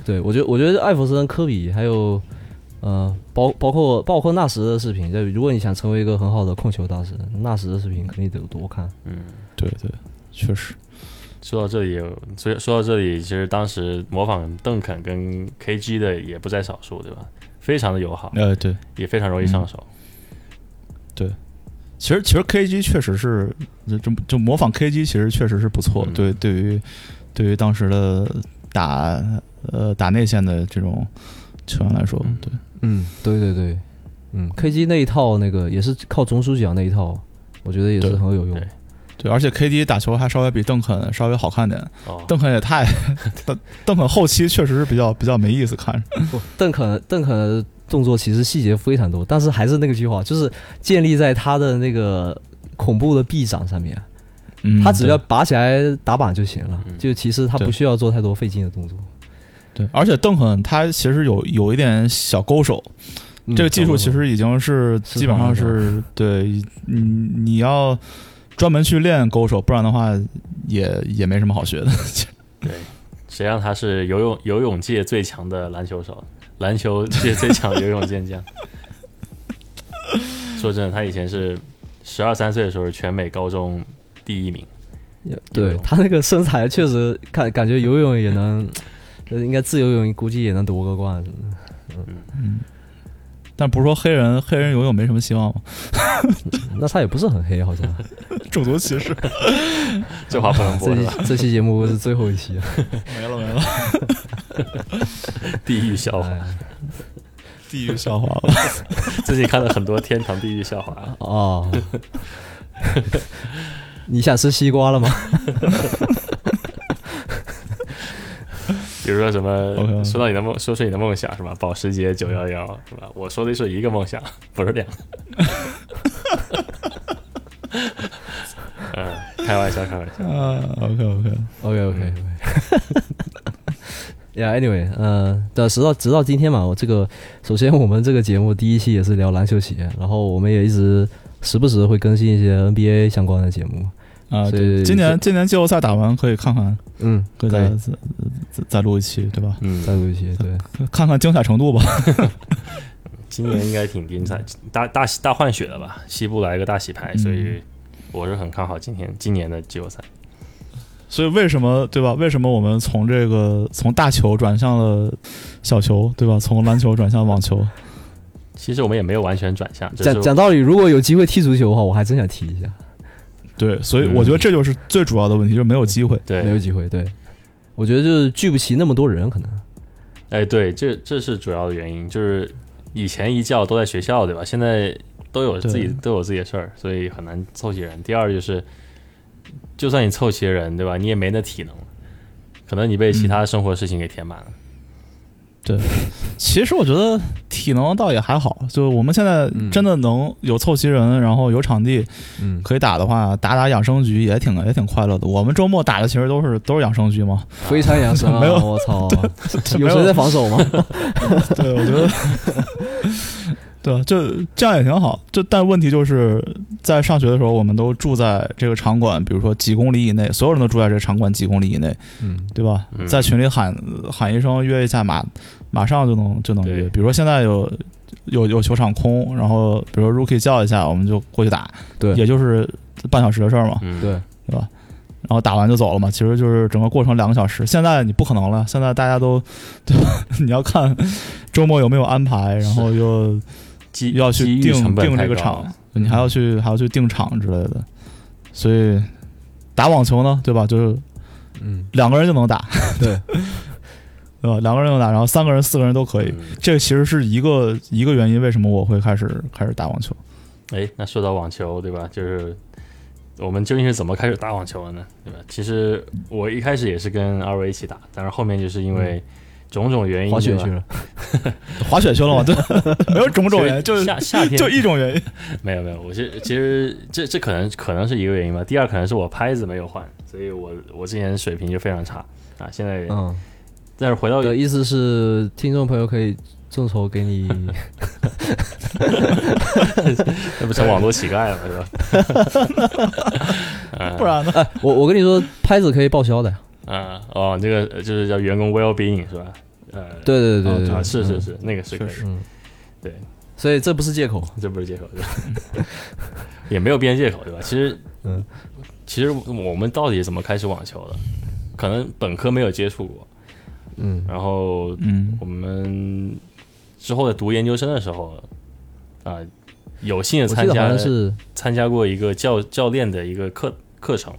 对，我觉得我觉得艾弗森、科比还有，呃，包包括包括纳什的视频，就如果你想成为一个很好的控球大师，纳什的视频肯定得多看。
嗯，
对对，确实，
说到这里，所以说到这里，其实当时模仿邓肯跟 KG 的也不在少数，对吧？非常的友好，
呃，对，
也非常容易
嗯
上手。
其实其实 KG 确实是，就就模仿 KG 其实确实是不错，
嗯
对，对于对于当时的打呃打内线的这种球员来说，对，
嗯，对对对，嗯，KG 那一套那个也是靠中枢脚那一套，我觉得也是
对
很有用
对。
对，而且 KD 打球还稍微比邓肯稍微好看点，
哦，
邓肯也太邓邓肯后期确实是比较比较没意思看着，
不邓肯邓肯的动作其实细节非常多，但是还是那个句话，就是建立在他的那个恐怖的臂展上面，
嗯，
他只
对
要拔起来打板就行了，
嗯
就其实他
对
不需要做太多费劲的动作。
对，而且邓肯他其实有有一点小勾手，
嗯
这个技术其实已经是
是
基本上是 对你你要专门去练勾手，不然的话也也没什么好学的。
对，谁让他是游泳游泳界最强的篮球手，篮球界最强游泳健将？说真的，他以前是十二三岁的时候是全美高中第一名，
对他那个身材确实看感觉游泳也能，呃应该自由泳估计也能夺个冠什么的。
但不是说黑人黑人游泳没什么希望吗？
那他也不是很黑，好像。
种族歧 视
这话不能播
这
是
期
吧？
这期节目是最后一期了。
没了没了，
地狱笑话，
哎
地狱笑话 了。
最近看了很多天堂地狱笑话，啊
哦， 你想吃西瓜了吗？
比如说什
OK
么说到你的梦，说出你的梦想是吧？保时捷九幺幺是吧？我说的是一个梦想，不是两个。 嗯，开玩笑，开玩笑。
啊，OK OK，
OK OK OK。Yeah, anyway，呃，对，直到直到今天嘛，我这个首先我们这个节目第一期也是聊篮球企业，然后我们也一直时不时会更新一些 NBA 相关的节目，
啊，
所
对
以
今年今年季后赛打完可以看看，
嗯，
可以
可
再
以
再再再录一期，对吧？
嗯，
再录一些，对，
看看精彩程度吧。
今年应该挺精彩，大大大换血了吧？西部来个大洗
嗯
牌，所以我是很看好今天今年的季后赛。
所以为什么对吧？为什么我们从这个从大球转向了小球，对吧？从篮球转向网球，
其实我们也没有完全转向，只
讲
是
讲道理，如果有机会踢足球的话，我还真想踢一下，
对，所以我觉得这就是最主要的问题，就是没有机会。
对
没有机会，对，我觉得就是聚不齐那么多人，可能，
啊
哎，对，这这是主要的原因，就是以前一教都在学校，对吧？现在都有自己
对
都有自己的事儿，所以很难凑齐人。第二就是，就算你凑齐人，对吧？你也没那体能，可能你被其他生活事情给填满了。
其实我觉得体能倒也还好，就我们现在
嗯
真的能有凑齐人，然后有场地
嗯，
可以打的话，打打养生局也挺也挺快乐的。我们周末打的其实都是都是养生局嘛。
非常养生 啊，
没有
我操，有
没
谁
有
在防守吗？
对，我觉得， 对，就这样也挺好。就但问题就是在上学的时候，我们都住在这个场馆，比如说几公里以内，所有人都住在这个场馆几公里以内，
嗯，
对吧？
嗯
在群里喊喊一声约一下，马马上就能就能约。
对
比如说现在有有有球场空，然后比如说 Rookie 叫一下，我们就过去打，
对
也就是半小时的事儿嘛，
嗯，
对，
对吧？然后打完就走了嘛，其实就是整个过程两个小时。现在你不可能了，现在大家都， 对吧？你要看周末有没有安排，然后又
机
要去
机遇
定
成本
定
太
这个
高
场
了，
你还要去还要去定场之类的。所以打网球呢，对吧？就是
嗯，
两个人就能打，
对，
对吧？两个人就能打，然后三个人、四个人都可以。
嗯
这其实是一个一个原因，为什么我会开始开始打网球。
哎，那说到网球，对吧？就是我们究竟是怎么开始打网球的呢？对吧？其实我一开始也是跟二位一起打，但是后面就是因为种种原因，
嗯滑雪
对吧
去了，
滑雪去了吗？对， 没有种种原因，
其
就
实
是
夏夏天
就一种原因。
没有没有，我是其实这这可能可能是一个原因吧。第二可能是我拍子没有换，所以我我之前水平就非常差啊。现在，
嗯，
但是回到
我的意思是，听众朋友可以众筹给你，
那不成网络乞丐了是吧？嗯
不然呢？
哎， 我我跟你说，拍子可以报销的，
嗯哦，这个呃就是叫员工 well being 是吧？呃，
对 对对对
啊
对，
是是
嗯，
是，那个是可以的
确实，
嗯，
对，
所以这不是借口，
这不是借口，对吧 也没有边借口，对吧？其实，
嗯，
其实我们到底怎么开始网球的？可能本科没有接触过，
嗯
然后
嗯
我们之后在读研究生的时候，啊、有幸
我
的
记
参
得好
加
像是
参加过一个教教练的一个课课程，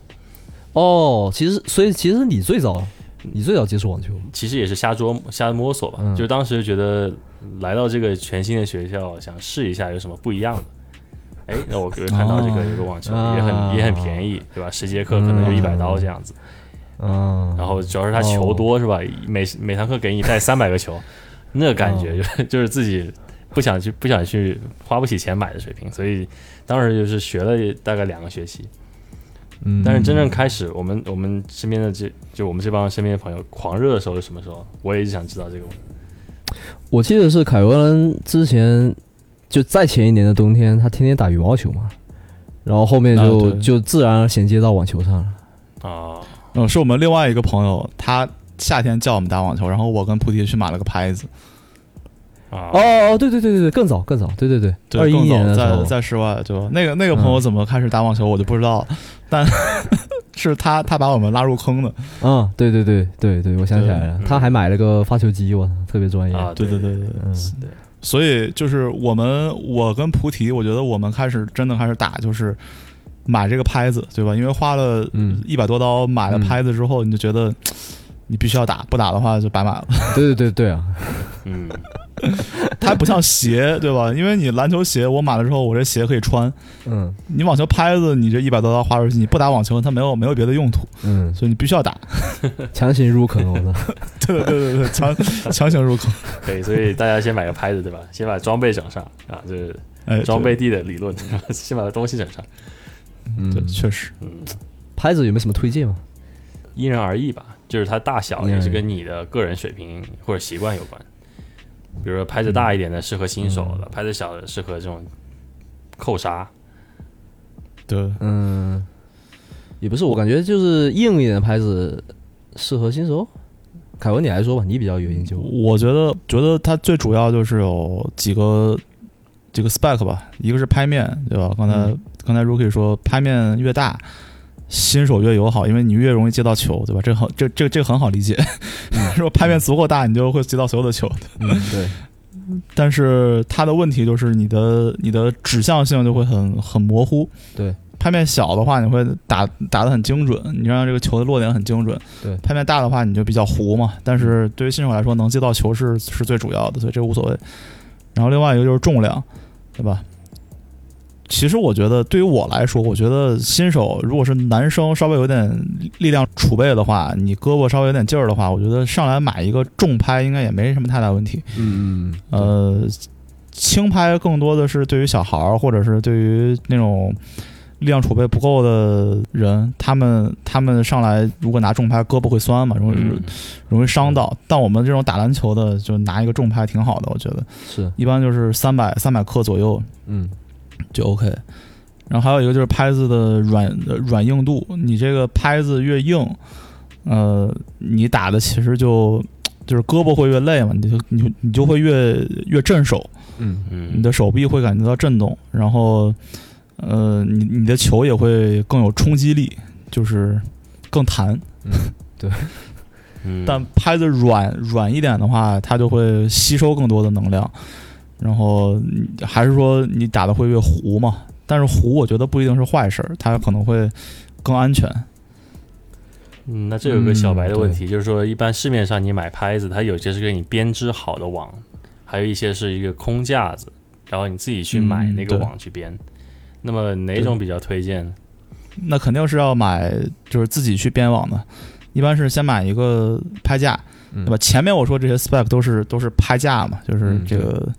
哦，其实所以其实你最早，你最早接触网球，
其实也是瞎琢磨瞎摸索吧，
嗯
就当时觉得来到这个全新的学校，想试一下有什么不一样的。哎，那我就看到这个
哦
有个网球，
啊
也很也很便宜，对吧？十节课可能就
嗯
一百刀这样子。
嗯，
然后主要是他球多是吧？每每堂课给你带三百个球，那感觉
哦
就 就是自己不想去不想去花不起钱买的水平，所以当时就是学了大概两个学期。
嗯，
但是真正开始，我们我们身边的这就我们这帮身边的朋友狂热的时候是什么时候？我也一直想知道这个问题。
我记得是凯文之前就在前一年的冬天，他天天打羽毛球嘛，然后后面就、
啊对
就自然衔接到网球上了。
啊，
嗯，是我们另外一个朋友，他夏天叫我们打网球，然后我跟菩提去买了个拍子，
啊
哦哦，对对对对对，更早更早，对对对，二
对，
一
更
年
早
的时
在
候，
在室外，就那个那个朋友怎么开始打网球，我就不知道，但 是他他把我们拉入坑的，
嗯，对对对对对，我想起来了，
对嗯
他还买了个发球机，我操，特别专业。
啊，
哎对
对
对对对，
嗯，
对，
所以就是我们我跟菩提，我觉得我们开始真的开始打就是买这个拍子，对吧？因为花了
嗯
一百多刀买了拍子之后，你就觉得。你必须要打，不打的话就白买了。
对对对对啊，
嗯，
它不像鞋，对吧？因为你篮球鞋，我买了之后，我这鞋可以穿，
嗯
你网球拍子，你这一百多刀花出去，你不打网球，它没有没有别的用途，
嗯，
所以你必须要打。
强行入坑，我操，
对对对对，强强行入坑，
可以。所以大家先买个拍子，对吧？先把装备整上啊，就是
哎，
装备地的理论， 先把东西整上。
嗯
对，对，确实，
嗯，
拍子有没有什么推荐吗？
因人而异吧，就是它大小
嗯
因人
也
而异
是跟你的个人水平或者习惯有关。比如说拍子大一点的适合新手
嗯
的，拍子小的适合这种扣杀。
对，
嗯，也不是，我感觉就是硬一点的拍子适合新手。凯文，你来说吧，你比较有研究。
我觉得，觉得它最主要就是有几个几个 spec 吧，一个是拍面，对吧？刚才、
嗯
刚才 Rookie 说，拍面越大，新手越友好，因为你越容易接到球，对吧？这很这这这很好理解。 如果拍面足够大，你就会接到所有的球。
嗯，对，
但是它的问题就是你的你的指向性就会很很模糊。
对，
拍面小的话，你会打打得很精准，你让这个球的落点很精准。
对
拍面大的话，你就比较糊嘛。但是对于新手来说，能接到球是是最主要的，所以这无所谓。然后另外一个就是重量，对吧？其实我觉得，对于我来说，我觉得新手如果是男生稍微有点力量储备的话，你胳膊稍微有点劲儿的话，我觉得上来买一个重拍应该也没什么太大问题。
嗯嗯，
呃，轻拍更多的是对于小孩儿，或者是对于那种力量储备不够的人，他们他们上来如果拿重拍，胳膊会酸嘛，容易、
嗯，
容易伤到。但我们这种打篮球的，就拿一个重拍挺好的，我觉得
是，
一般就是三百三百克左右
嗯
就 OK。然后还有一个就是拍子的软呃软硬度，你这个拍子越硬，呃，你打的其实就就是胳膊会越累嘛，你就你就你就会越越震手。
嗯
嗯，
你的手臂会感觉到震动，然后，呃，你你的球也会更有冲击力，就是更弹。
嗯，
但拍的软软一点的话，它就会吸收更多的能量，然后你还是说你打的会越糊嘛？但是糊我觉得不一定是坏事儿，它可能会更安全。
嗯，那这有个小白的问
对
题，就是说，一般市面上你买拍子，它有些是给你编织好的网，还有一些是一个空架子，然后你自己去买
嗯
那个
对
网去编。那么哪种比较推荐？
那肯定是要买，就是自己去编网的。一般是先买一个拍架，
嗯
对吧？前面我说这些 spec 都是都是拍架嘛，就是
嗯
这个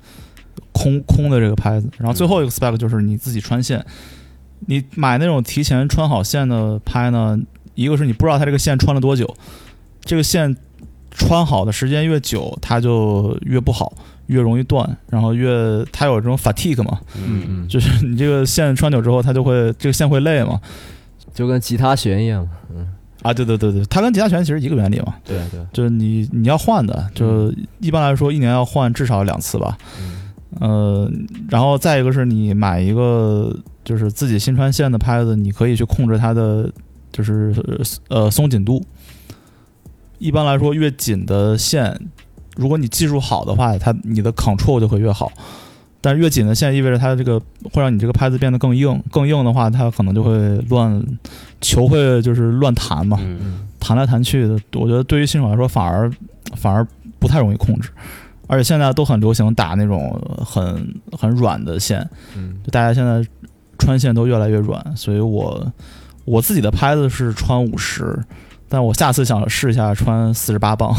空、空的这个拍子。然后最后一个 spec 就是你自己穿线。你买那种提前穿好线的拍呢，一个是你不知道它这个线穿了多久，这个线穿好的时间越久，它就越不好，越容易断，然后越它有这种 fatigue 嘛，
嗯
嗯，
嗯，就
就是你这个线穿久之后，它就会这个线会累嘛。
就跟吉他弦一样嘛。嗯，
啊，对对对对，它跟吉他拳其实一个原理嘛，
对啊对啊，
就是你你要换的，就一般来说一年要换至少两次吧。
嗯
呃，然后再一个是你买一个就是自己新穿线的拍子，你可以去控制它的就是呃松紧度。一般来说，越紧的线，如果你技术好的话，它你的 control 就会越好。但是越紧的线意味着它这个会让你这个拍子变得更硬，更硬的话，它可能就会乱球会就是乱弹嘛。
嗯，
弹来弹去的，我觉得对于新手来说反而反而不太容易控制。而且现在都很流行打那种很很软的线，
嗯
就大家现在穿线都越来越软，所以我我自己的拍子是穿五十，但我下次想试一下穿四十八磅，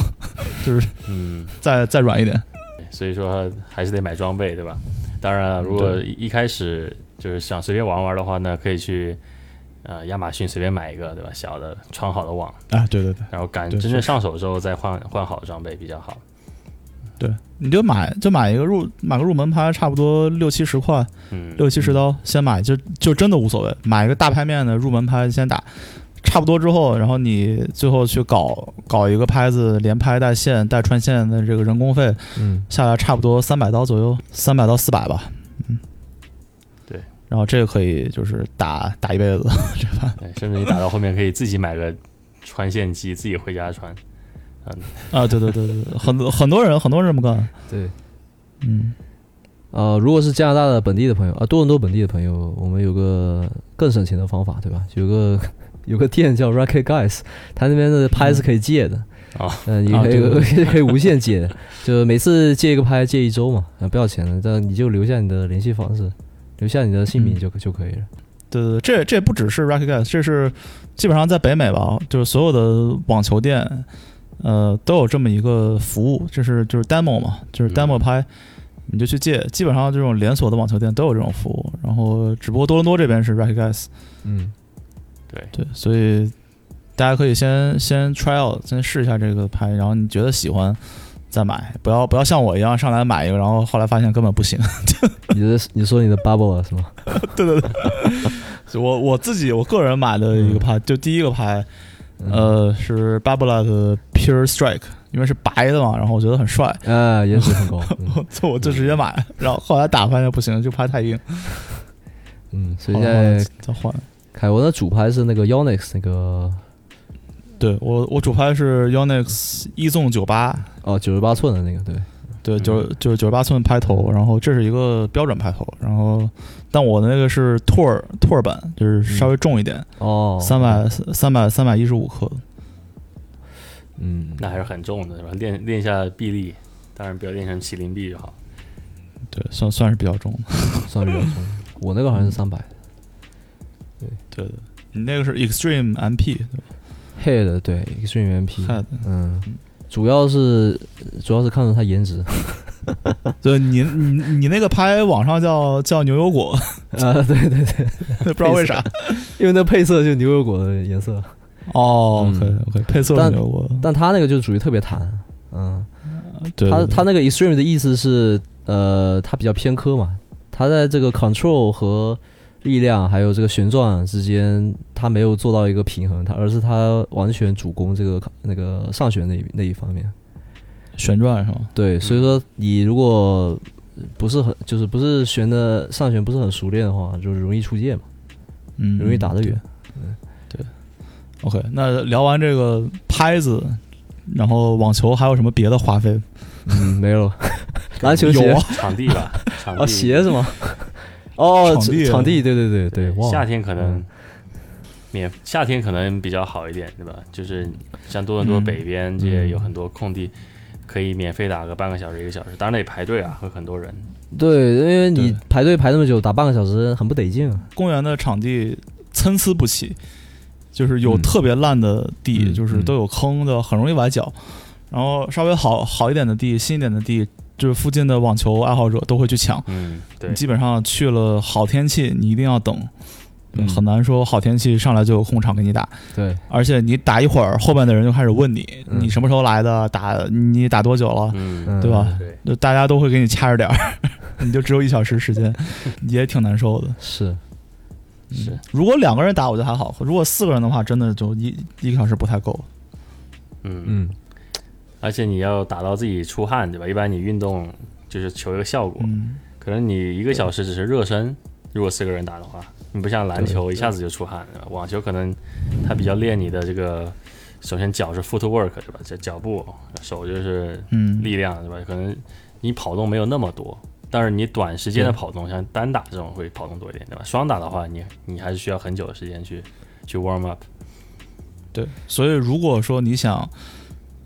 就是
嗯，
再再软一点。
所以说还是得买装备，对吧？当然了，如果一一开始就是想随便玩玩的话呢，可以去呃亚马逊随便买一个，对吧？小的穿好的网，
啊，对对对
然后赶
对
真正上手之后再换换好装备比较好。
对，你就买就买一个入买个入门拍，差不多六七十块，
嗯，
六七十刀先买，就就真的无所谓，买一个大拍面的入门拍先打，差不多之后，然后你最后去搞搞一个拍子，连拍带线带穿线的这个人工费
嗯，
下来差不多三百刀左右，三百到四百吧，嗯，
对，
然后这个可以就是打打一 辈子，这盘
对，甚至你打到后面可以自己买个穿线机，自己回家穿。
啊，对对对对，对很多很多人很多人这么干，
对。
嗯，
呃，如果是加拿大的本地的朋友啊，多伦多本地的朋友，我们有个更省钱的方法，对吧？有个 有个店叫 Racket Guys，他那边的拍是可以借的，
哦
嗯，你
啊
可以、
对
可以无限借的，就每次借一个拍借一周嘛，啊，不要钱的，但你就留下你的联系方式，留下你的姓名就、就可以了。
对对对，这这不只是 r a c k e t Guys，这是基本上在北美吧，就是所有的网球店，呃，都有这么一个服务，这是就是 demo 嘛，就是 demo
嗯
拍，你就去借。基本上这种连锁的网球店都有这种服务，然后只不过多伦多这边是 r a c k e t Guys，
嗯，
对，
对，所以大家可以先先 try out，先试一下这个拍，然后你觉得喜欢再买，不要不要像我一样上来买一个，然后后来发现根本不行。
你的你说你的 bubble 啊是吗？
对对对， 就我我自己我个人买的一个拍，就第一个拍，
嗯
呃，是 Babolat 的 Pure Strike，因为是白的嘛，然后我觉得很帅，
呃，颜值很高， 嗯
我就我就直接买， 然后后来打发现不行，就拍太硬，
嗯，所以
后
现
来
在
再换。
凯文的主拍是那个 Yonex 那个
对我我主拍是 Yonex 一纵九八，
哦九十八寸的那个，对，
对，
嗯
九就是九十八寸拍头，然后这是一个标准拍头，然后但我的那个是拓尔拓尔版，就是稍微重一点，
嗯哦，
三百三百三百一十五克，
嗯，
那还是很重的，是吧？练练一下臂力，当然不要练成麒麟臂就好。
对，算算是比较重的。
算 比较重，我那个好像是三百
对对，你那个是 Extreme MP
head 对 Extreme MP，
看，
嗯，主要是主要是看中它颜值，
对你你你那个拍网上叫叫牛油果，
呃，对对对，
不知道为啥。
因为那配色就是牛油果的颜色，
哦，OK
嗯
OK，配色是
但
牛油果，
但它那个就属于特别弹，嗯，
对，
它
对
它那个 extreme 的意思是，呃，它比较偏科嘛，它在这个 control 和力量还有这个旋转之间，它没有做到一个平衡，它而是它完全主攻这个那个上旋那一那一方面。
旋转是吗？
对，所以说你如果不是很就是不是旋的上旋不是很熟练的话，就容易出界嘛，
嗯，
容易打得远。
OK，那聊完这个拍子，然后网球还有什么别的花费？
嗯，没 有了，篮球鞋
有啊
场地 吧，场地
啊鞋是吗？哦，
场地啊
场地，对对对对，忘
夏
了。
天可能
嗯
免，夏天可能比较好一点，对吧？就是像多伦多
嗯
北边这些有很多空地，可以免费打个半个小时、一个小时，当然得排队啊，会很多人。
对，因为你
对
排队排那么久，打半个小时很不得劲啊。
公园的场地参差不齐，就是有
嗯
特别烂的地，
嗯
就是都有坑的，很容易崴脚。然后稍微好好一点的地，新一点的地，就是附近的网球爱好者都会去抢。
嗯，对
你，基本上去了好天气，你一定要等，
嗯
很难说好天气上来就有空场给你打。
对，
而且你打一会儿，后边的人就开始问你，
嗯
你什么时候来的？打你打多久了？
嗯，
嗯
对吧？
对，
就大家都会给你掐着点 儿，你就只有一小时时间，也挺难受的。
是，
是，
如果两个人打我觉得还好，如果四个人的话，真的就一一个小时不太够。
嗯，
嗯，
而且你要打到自己出汗，对吧？一般你运动就是求一个效果，
嗯，
可能你一个小时只是热身，如果四个人打的话，你不像篮球一下子就出汗，对吧网球可能它比较练你的这个，首先脚是 footwork 对吧？这脚步，手就是
嗯
力量对吧？可能你跑动没有那么多，但是你短时间的
对
跑动，像单打这种会跑动多一点对吧？双打的话，你你还是需要很久的时间去去 warm up。
对。所以如果说你想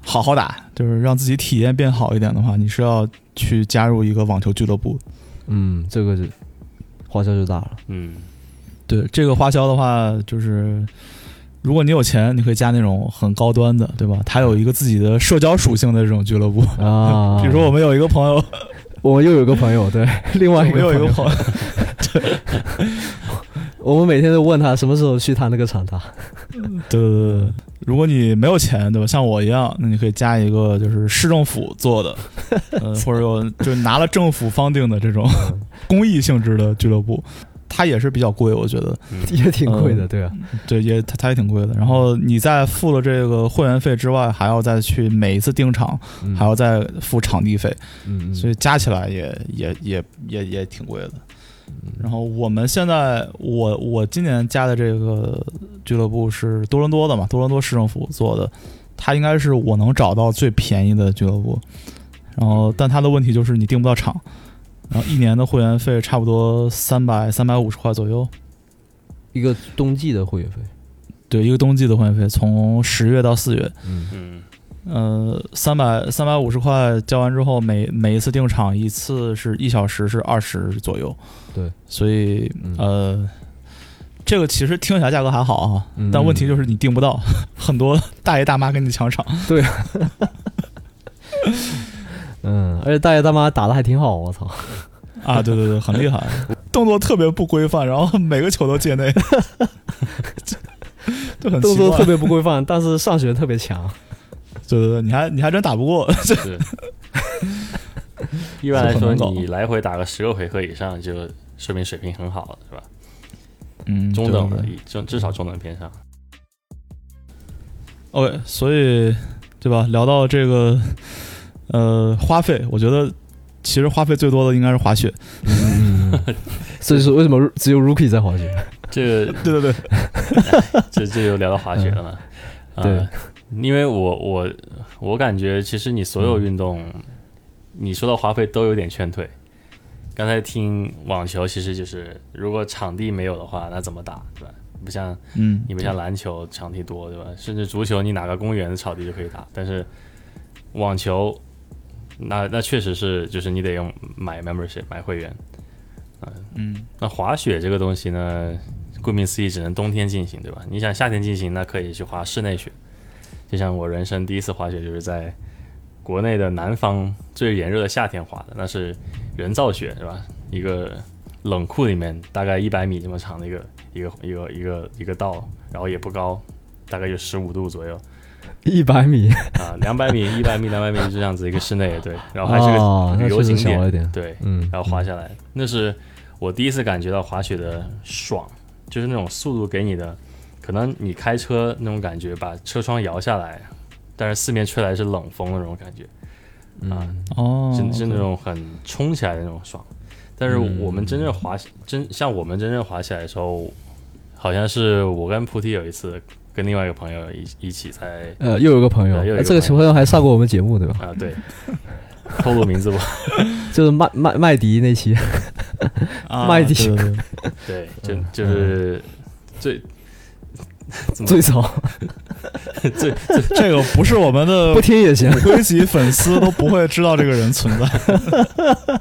好好打，就是让自己体验变好一点的话，你是要去加入一个网球俱乐部。
嗯，这个就花销就大 了。
嗯，
对这个花销的话，就是如果你有钱，你可以加那种很高端的，对吧？它有一个自己的社交属性的这种俱乐部。
啊，
比如说，我们有一个朋 友，
我们又有一个朋 友，对，另
我
外一
们
个
有一个
朋友，
朋友，
我们每天都问他什么时候去他那个厂 打。
对对对对，如果你没有钱，对吧？像我一样，那你可以加一个就是市政府做的，呃，或者有就拿了政府方定的这种
嗯
公益性质的俱乐部，它也是比较贵，我觉得，
嗯
也挺贵的，对啊，
对，也它它也挺贵的。然后你在付了这个会员费之外，还要再去每一次订场，
嗯
还要再付场地费，
嗯，
所
以
以加起来也也也也也挺贵的。然后我们现在，我我今年加的这个俱乐部是多伦多的嘛，多伦多市政府做的，它应该是我能找到最便宜的俱乐部。然后，但它的问题就是你订不到场，然后一年的会员费差不多三百三百五十块左右，
一个冬季的会员费，
对，一个冬季的会员费，从十月到四月，
嗯
嗯
呃，三百三百五十块交完之后，每每一次订场一次是一小时是二十左右，
对，
所以
嗯
呃，这个其实听起来价格还好啊，
嗯
但问题就是你订不到， 很多大爷大妈跟你抢 场。
嗯，而且大爷大妈打的还挺好，我操，
啊，对对对，很厉害，动作特别不规范，然后每个 球都界内，就就很
动
奇
作
怪
特。别不规范，但是上旋特别强。
对对对，你还你还真打不过。
是。 一般来
是很
说，
难搞
你来回打个十个回合以上，就说明水平很好了，是吧？
嗯，
中等
对
的
对对，
至至少中等偏上。
OK，所以对吧？聊到这个呃花费，我觉得其实花费最多的应该是滑雪。
嗯， 所以说为什么只有 Rookie 在滑雪？
这个
对对对，
这这就聊到滑雪了嘛？啊
对，
因为我我我感觉其实你所有运动，你说到花费都有点劝退。刚才听网球，其实就是如果场地没有的话，那怎么打，对吧？不像
嗯，
你不像篮球场地多，对吧？甚至足球，你哪个公园的草地就可以打，但是网球，那那确实是就是你得用买 membership 买会员。
嗯
那滑雪这个东西呢，顾名思义，只能冬天进行，对吧？你想夏天进行，那可以去滑室内雪。就像我人生第一次滑雪，就是在国内的南方最炎热的夏天滑的，那是人造雪，是吧？一个冷库里面大概一百米这么长的一个一个一个一个一个道，然后也不高，大概就十五度左右
一百米，
啊，两百 米、一百米、两百米就这样子一个室内，对，然后还是
哦，
个
那
旅游
确
景
实小
点，
了一点。
对，
嗯，
然后滑下来，那是我第一次感觉到滑雪的爽，就是那种速度给你的，可能你开车那种感觉，把车窗摇下来，但是四面吹来是冷风的那种感觉，啊
嗯，
哦，
是是那种很冲起来的那种爽。但是
嗯
我们真正滑真像我们真正滑起来的时候，好像是我跟菩提有一次跟另外一个朋友一一起在
呃，又有一个朋友，
对又有一个
呃这个
朋友
朋友还上过我们节目对吧？
啊对，透露名字吧，
就是麦麦麦迪那期，
啊
麦迪
对对对
对，就就是最 嗯
最早
最
这个 不是我们
嗯
的
不听也行。
归集粉丝都不会知道这个人存在。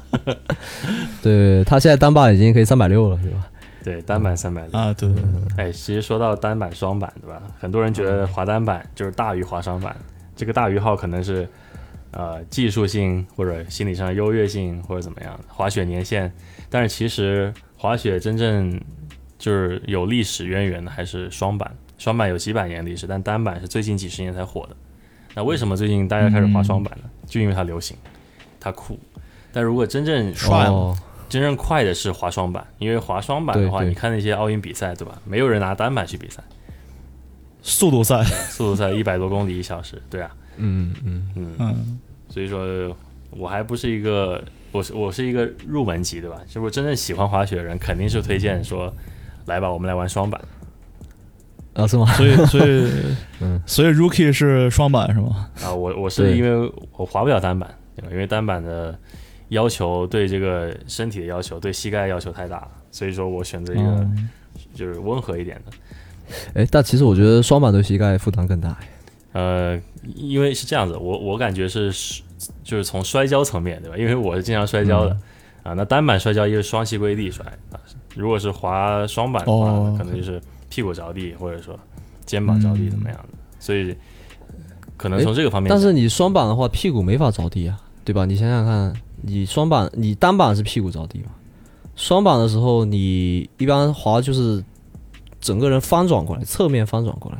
对他现在单把已经可以三百六了，对吧？
对单板三百六
啊，对对对，
哎，其实说到单板、双板，对吧？很多人觉得滑单板就是大于滑双板，这个大于号可能是呃技术性或者心理上的优越性或者怎么样，滑雪年限。但是其实滑雪真正就是有历史渊源的还是双板，双板有几百年历史，但单板是最近几十年才火的。那为什么最近大家开始滑双板呢？就因为它流行，它酷。但如果真正
帅了
哦，
真正快的是滑双板，因为滑双板的话，
对对
你看那些奥运比赛，对吧？没有人拿单板去比赛，
速度赛，
速度 赛一百多公里一小时，对啊，
嗯嗯，
嗯，
嗯
所以说我还不是一个，我是我是一个入门级，对吧？如果真正喜欢滑雪的人，肯定是推荐说，来吧，我们来玩双板。
啊是吗？
所以所以
嗯
所以 Rookie 是双板是吗？
啊，我我是
对
因为我滑不了单板，对吧？因为单板的要求对这个身体的要求，对膝盖要求太大了，所以说我选择一个
嗯
就是温和一点的。
哎，但其实我觉得双板对膝盖负担更大。
呃，因为是这样子，我我感觉是是就是从摔跤层面对吧？因为我是经常摔跤
嗯
的、啊。那单板摔跤因为双膝跪地摔啊，如果是滑双板的话，
哦
可能就是屁股着地或者说肩膀着地怎么样的，所以可能从这个方面讲，
嗯但是你双板的话，屁股没法着地啊，对吧？你想想看，你双板，你单板是屁股着地嘛？双板的时候，你一般滑就是整个人翻转过来，侧面翻转过来，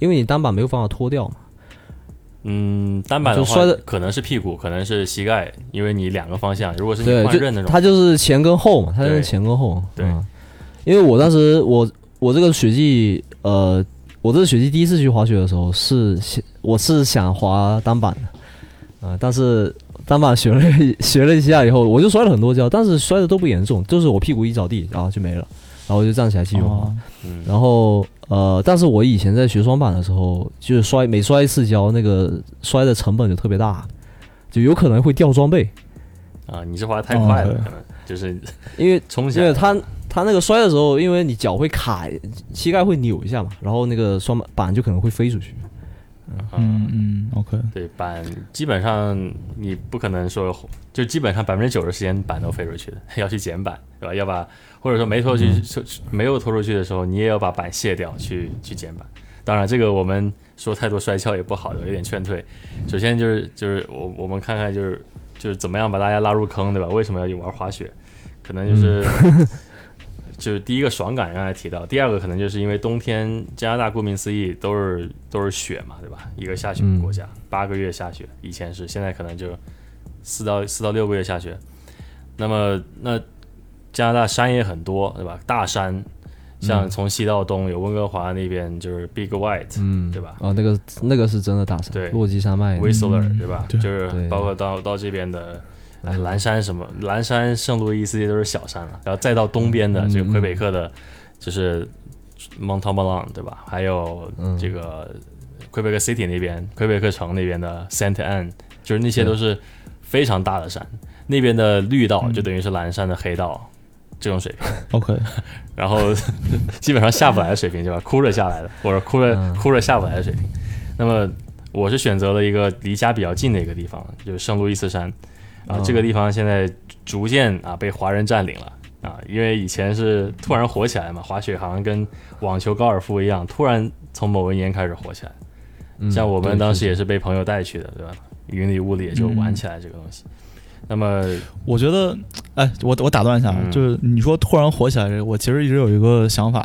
因为你单板没有办法脱掉嘛。
嗯，单板的
就
话
摔的
可能是屁股，可能是膝盖，因为你两个方向，如果是
对
你，换刃那
就
种，
它就是前跟后嘛，它就是
对
前跟后。
对
嗯因为我当时我我这个雪季，呃，我这个雪季第一次去滑雪的时候是想我是想滑单板的，呃，但是单板学了一学了一下以后，我就摔了很多跤，但是摔的都不严重，就是我屁股一着地，然后就没了，然后我就站起来继续滑。
哦
嗯，
然后呃，但是我以前在学双板的时候，就是摔每摔一次跤，那个摔的成本就特别大，就有可能会掉装备，
啊，你是滑得太快了，
哦
可能就是
因为
冲起
因为
来，
他他那个摔的时候，因为你脚会卡，膝盖会扭一下嘛，然后那个双板板就可能会飞出去。
啊
嗯嗯，OK，
对板，基本上你不可能说，就基本上百分之九十时间板都飞出去的，要去捡板，对吧？要把或者说没拖出去，是是没有拖出去的时候，你也要把板卸掉去去捡板。当然，这个我们说太多摔跤也不好，有一点劝退。首先就是就是我我们看看就是就是怎么样把大家拉入坑，对吧？为什么要去玩滑雪？可能就是、 就是第一个爽感，刚才提到，第二个可能就是因为冬天加拿大顾名思义都是都是雪嘛，对吧？一个下雪的国家，八个月下雪，以前是，现在可能就四到四到六个月下雪。那么那加拿大山也很多，对吧？大山，像从西到东有温哥华那边就是 Big White，
嗯，
对吧
哦，那个那个是真的大山，
对
落基山脉，
Whistler，、
嗯
对吧？
对
就是
哎对
包括到到这边的哎
嗯
蓝山什么，蓝山、圣路易斯这都是小山了，然后再到东边
嗯
的这个魁北克的，就是蒙特莫朗，对吧？还有
嗯
这个魁北克 City 那边，魁北克城那边的 Saint Anne，就是那些
对
都是非常大的山，那边的绿道
嗯
就等于是蓝山的黑道。这种水平，
OK，
然 后基本上下不来的水平，对吧？哭着下来的，或者哭着、
嗯
哭着下不来的水平。那么我是选择了一个离家比较近的一个地方，就是圣路易斯山。啊，
哦
这个地方现在逐渐啊被华人占领了啊，因为以前是突然火起来嘛，滑雪好像跟网球、高尔夫一样，突然从某一年开始火起来。
嗯
像我们
对
当时
是
也是被朋友带去的，对吧？云里雾里也就玩起来这个东西。那么
我觉得，哎，我我打断一下啊，
嗯
就是你说突然火起来这个，我其实一直有一个想法，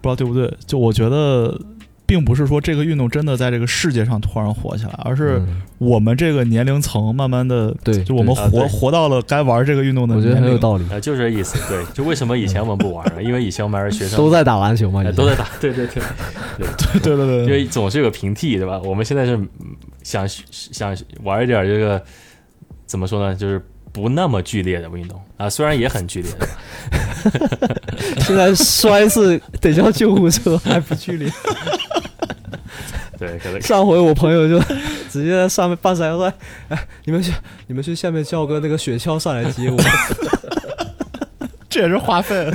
不知道对不对？就我觉得，并不是说这个运动真的在这个世界上突然火起来，而是
嗯
我们这个年龄层慢慢的，
对，
就我们
对
啊
活、
对
活到了该玩这个运动的
我觉
年
得
龄，
很有道理，
呃，就是这意思，对，就为什么以前我们不玩呢？因为以前我们还是学生，
都在打篮球嘛，
呃
以前
都在打，对对对，
对对对
因
对，
为总是有个平替，对吧？我们现在是嗯想想玩一点这个怎么说呢，就是不那么剧烈的运动啊，虽然也很剧烈，对吧
现在摔是得叫救护车， 还不距离。
对，可能
啊
上回我朋友就直接在上面半山腰说：“哎，你们去，你们去下面叫个那个雪橇上来接我。
这也是花 费。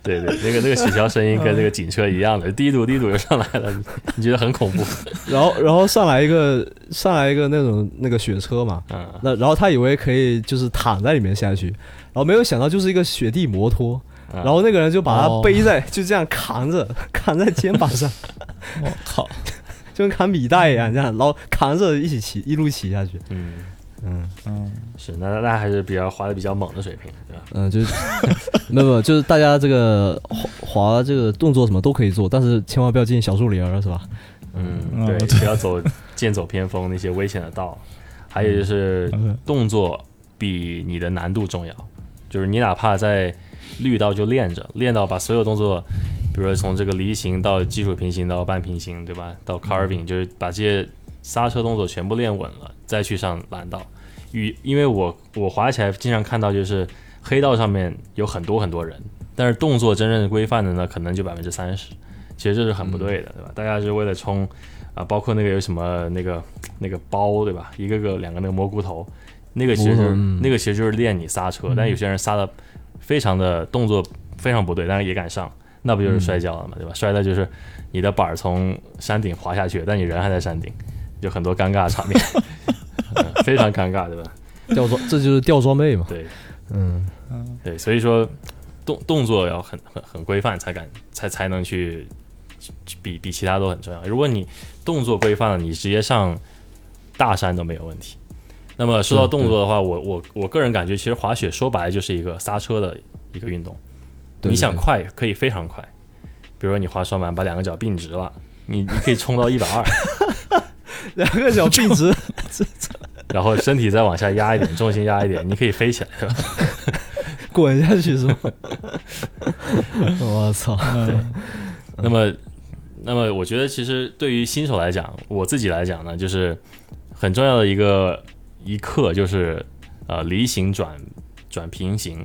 对对，那个那个雪橇声音跟那个警车一样的，滴嘟滴嘟就上来了，你你觉得很恐怖，”
然后，然后上来一个，上来一个那种那个雪车嘛，
嗯，
那然后他以为可以就是躺在里面下去，然后没有想到就是一个雪地摩托，
嗯
然后那个人就把
哦
他背在，就这样扛着，扛在肩膀上，
我靠，
就跟扛米袋一样，这样，然后扛着一起骑，一路骑下去。
嗯，
嗯
嗯，
是，那那还是比较滑的比较猛的水平，对吧？
嗯，就是没有没有，就是大家这个滑滑这个动作什么都可以做，但是千万不要进小树林儿，是吧？
嗯，
嗯
对，
对
不要走剑走偏锋那些危险的道。还有就是
嗯
动作比你的难度重要，就是你哪怕在绿道就练着，练到把所有动作，比如说从这个梨形到基础平行到半平行，对吧？到 carving，就是
嗯
把这些刹车动作全部练稳了，再去上蓝道。与因为我我滑起来经常看到就是黑道上面有很多很多人，但是动作真正规范的呢，可能就百分之三十，其实这是很不对
嗯
的，对吧？大家是为了冲啊，包括那个有什么那个那个包，对吧？一个个两个那个蘑菇头，那个其实就是、
蘑菇头嗯
那个其实就是练你刹车，但有些人刹的非常的动作非常不对，但是也敢上，那不就是摔跤了嘛，对吧？摔的就是你的板儿从山顶滑下去，但你人还在山顶，就很多尴尬的场面、 嗯非常尴尬，对吧？
吊装，这就是吊装备嘛。
对，
嗯，
对，所以说动动作要很很很规范，才敢才才能去去比比其他都很重要。如果你动作规范了，你直接上大山都没有问题。那么说到
是对
动作的话，我我我个人感觉，其实滑雪说白了就是一个刹车的一个运动。
对
你想
对
快可以非常快，比如说你滑双板把两个脚并直了，你你可以冲到一百二，
两个脚并直，
然后身体再往下压一点，重心压一点，你可以飞起来，对吧？
滚下去是吗？ 我操！
嗯
那么，那么我觉得其实对于新手来讲，我自己来讲呢，就是很重要的一个一课，就是呃梨形转转平行，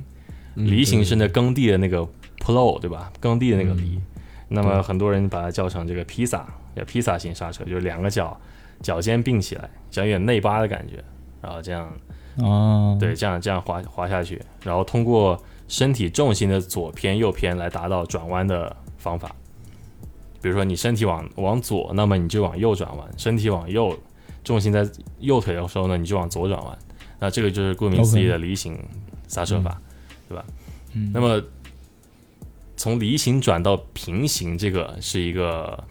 嗯
梨形是那耕地的那个 plow 对吧？耕地的那个犁。那么很多人把它叫成这个披萨，叫披萨型刹车，就是两个脚脚尖并起来，像有点内八的感觉，然后这样
哦
啊，
对，这样这样滑滑下去，然后通过身体重心的左偏右偏来达到转弯的方法。比如说你身体往往左，那么你就往右转弯；身体往右，重心在右腿的时候呢，你就往左转弯。那这个就是顾名思义
OK
的梨形刹车法，对吧？
嗯
那么从梨形转到平行，这个是一个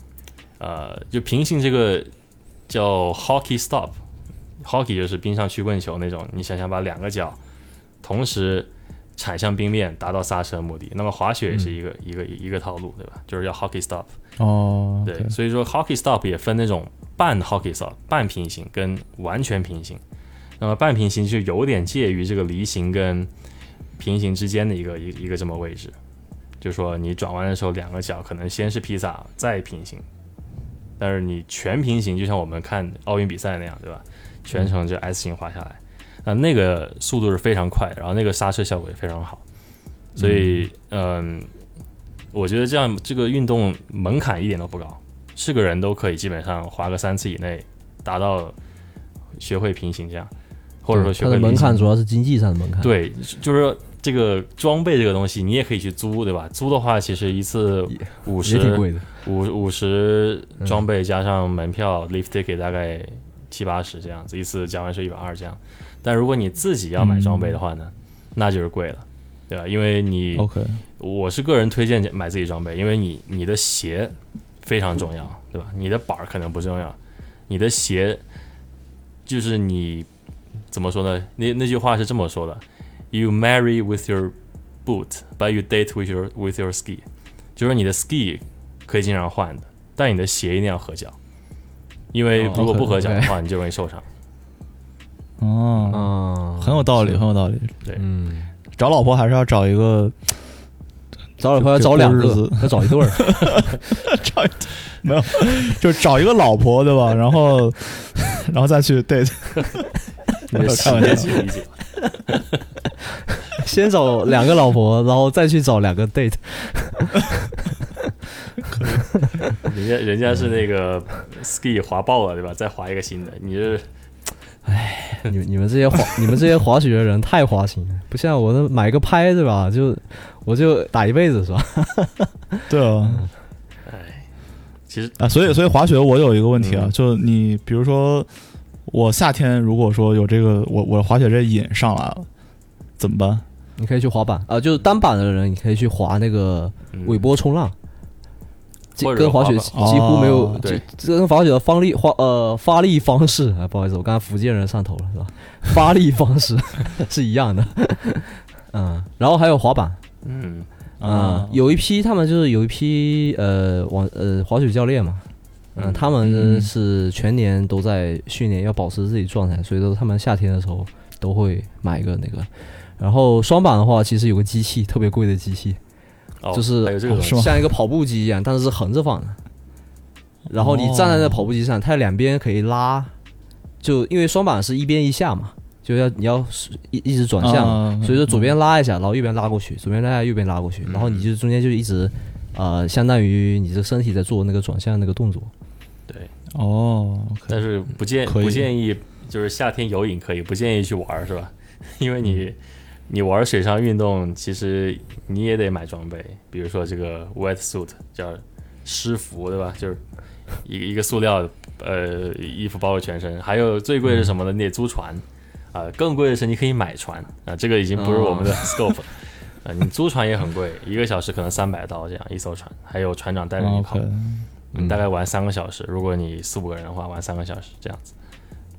呃，就平行这个叫 hockey stop。hockey 就是冰上曲棍球那种，你想想把两个脚同时铲向冰面，达到刹车目的。那么滑雪也是一
嗯
个、一个一个套路，对吧？就是要 hockey stop。
哦，
对，所以说 hockey stop 也分那种半 hockey stop、半平行跟完全平行。那么半平行就有点介于这个梨形跟平行之间的一个一一个这么位置，就说你转弯的时候两个脚可能先是披萨再平行，但是你全平行，就像我们看奥运比赛那样，对吧？全程就 S 型滑下来，啊，那个速度是非常快，然后那个刹车效果也非常好，所以嗯、我觉得这样这个运动门槛一点都不高，是个人都可以基本上滑个三次以内达到学会平行这样，或者说学
它
会
的嗯门
平行
槛主要是经济上的门槛。，
对，就是说这个装备这个东西，你也可以去租，对吧？租的话，其实一次
也
五
也挺
十
贵的。
五五十装备加上门票、lift ticket 大概七八十这样子，一次加完是一百二这样。但如果你自己要买装备的话呢，那就是贵了，对吧？因为你
OK，
我是个人推荐买自己装备，因为你你的鞋非常重要，对吧？你的板儿可能不重要，你的鞋就是你怎么说呢？那那句话是这么说的：You marry with your boot, but you date with your with your ski。就是你的 ski 可以经常换的，但你的鞋一定要合脚，因为
哦
如果不合脚的
OK，OK
话，你就容易受伤。
哦，
嗯
啊，
很有道理，很有道理。
嗯，
找老婆还是要找一个
找女朋友找两
就过日
个，要找一对儿。
找一没有，就找一个老婆对吧？然后 然后再去 date，
你的
开
鞋
玩笑
理解理解。
先找两个老婆，然后再去找两个 date。
人家人家是那个 ski 滑爆了，对吧？再滑一个新的，你是
你你们这些滑你们这些滑雪的人太滑行了，不像我那买个拍对吧？就我就打一辈子是吧？
对啊
哎，其实
啊，所以所以滑雪我有一个问题啊，
嗯
就你比如说我夏天如果说有这个我我滑雪这瘾上来了，怎么办？
你可以去滑板啊、就是单板的人，你可以去滑那个
嗯
尾波冲浪，这
或者
跟滑雪
滑
几
板
几乎没有，
哦
对
这这跟滑雪的发力发呃发力方式啊，不好意思，我刚才福建人上头了 是吧？发力方式 是一样的， 嗯，然后还有滑板，
嗯
啊、有一批他们就是有一批呃网呃滑雪教练嘛，嗯、
嗯
他们
嗯
是全年都在训练，要保持自己状态，所以说他们夏天的时候都会买一个那个。然后双板的话，其实有个机器特别贵的机器，
哦，
就是
还有这个
哦
东
是
西
吗
像一个跑步机一样，但是是横着放的。然后你
哦
站在那跑步机上，它两边可以拉，就因为双板是一边一下嘛，就要你要是一一直转向嘛，
啊
所以
嗯
说左边拉一下，然后右边拉过去，左边拉一下，右边拉过去，然后你就中间就一直，呃，相当于你这身体在做那个转向那个动作。
对，
哦，OK，
但是不建
可以
不建议就是夏天游泳可以，不建议去玩儿是吧？ 因为
嗯
你你玩水上运动，其实你也得买装备，比如说这个 wet suit 叫湿服对吧？就是一个一个塑料呃衣服包括全身，还有最
嗯
贵是什么呢？你得租船。啊，更贵的是你可以买船啊、这个已经不是我们的
哦
scope 了。 啊、你租船也很贵，一个小时可能三百刀这样一艘船，还有船长带
哦
着你跑
啊 OK，。
你大概玩三个小时，如果你四五个人的话，玩三个小时这样子，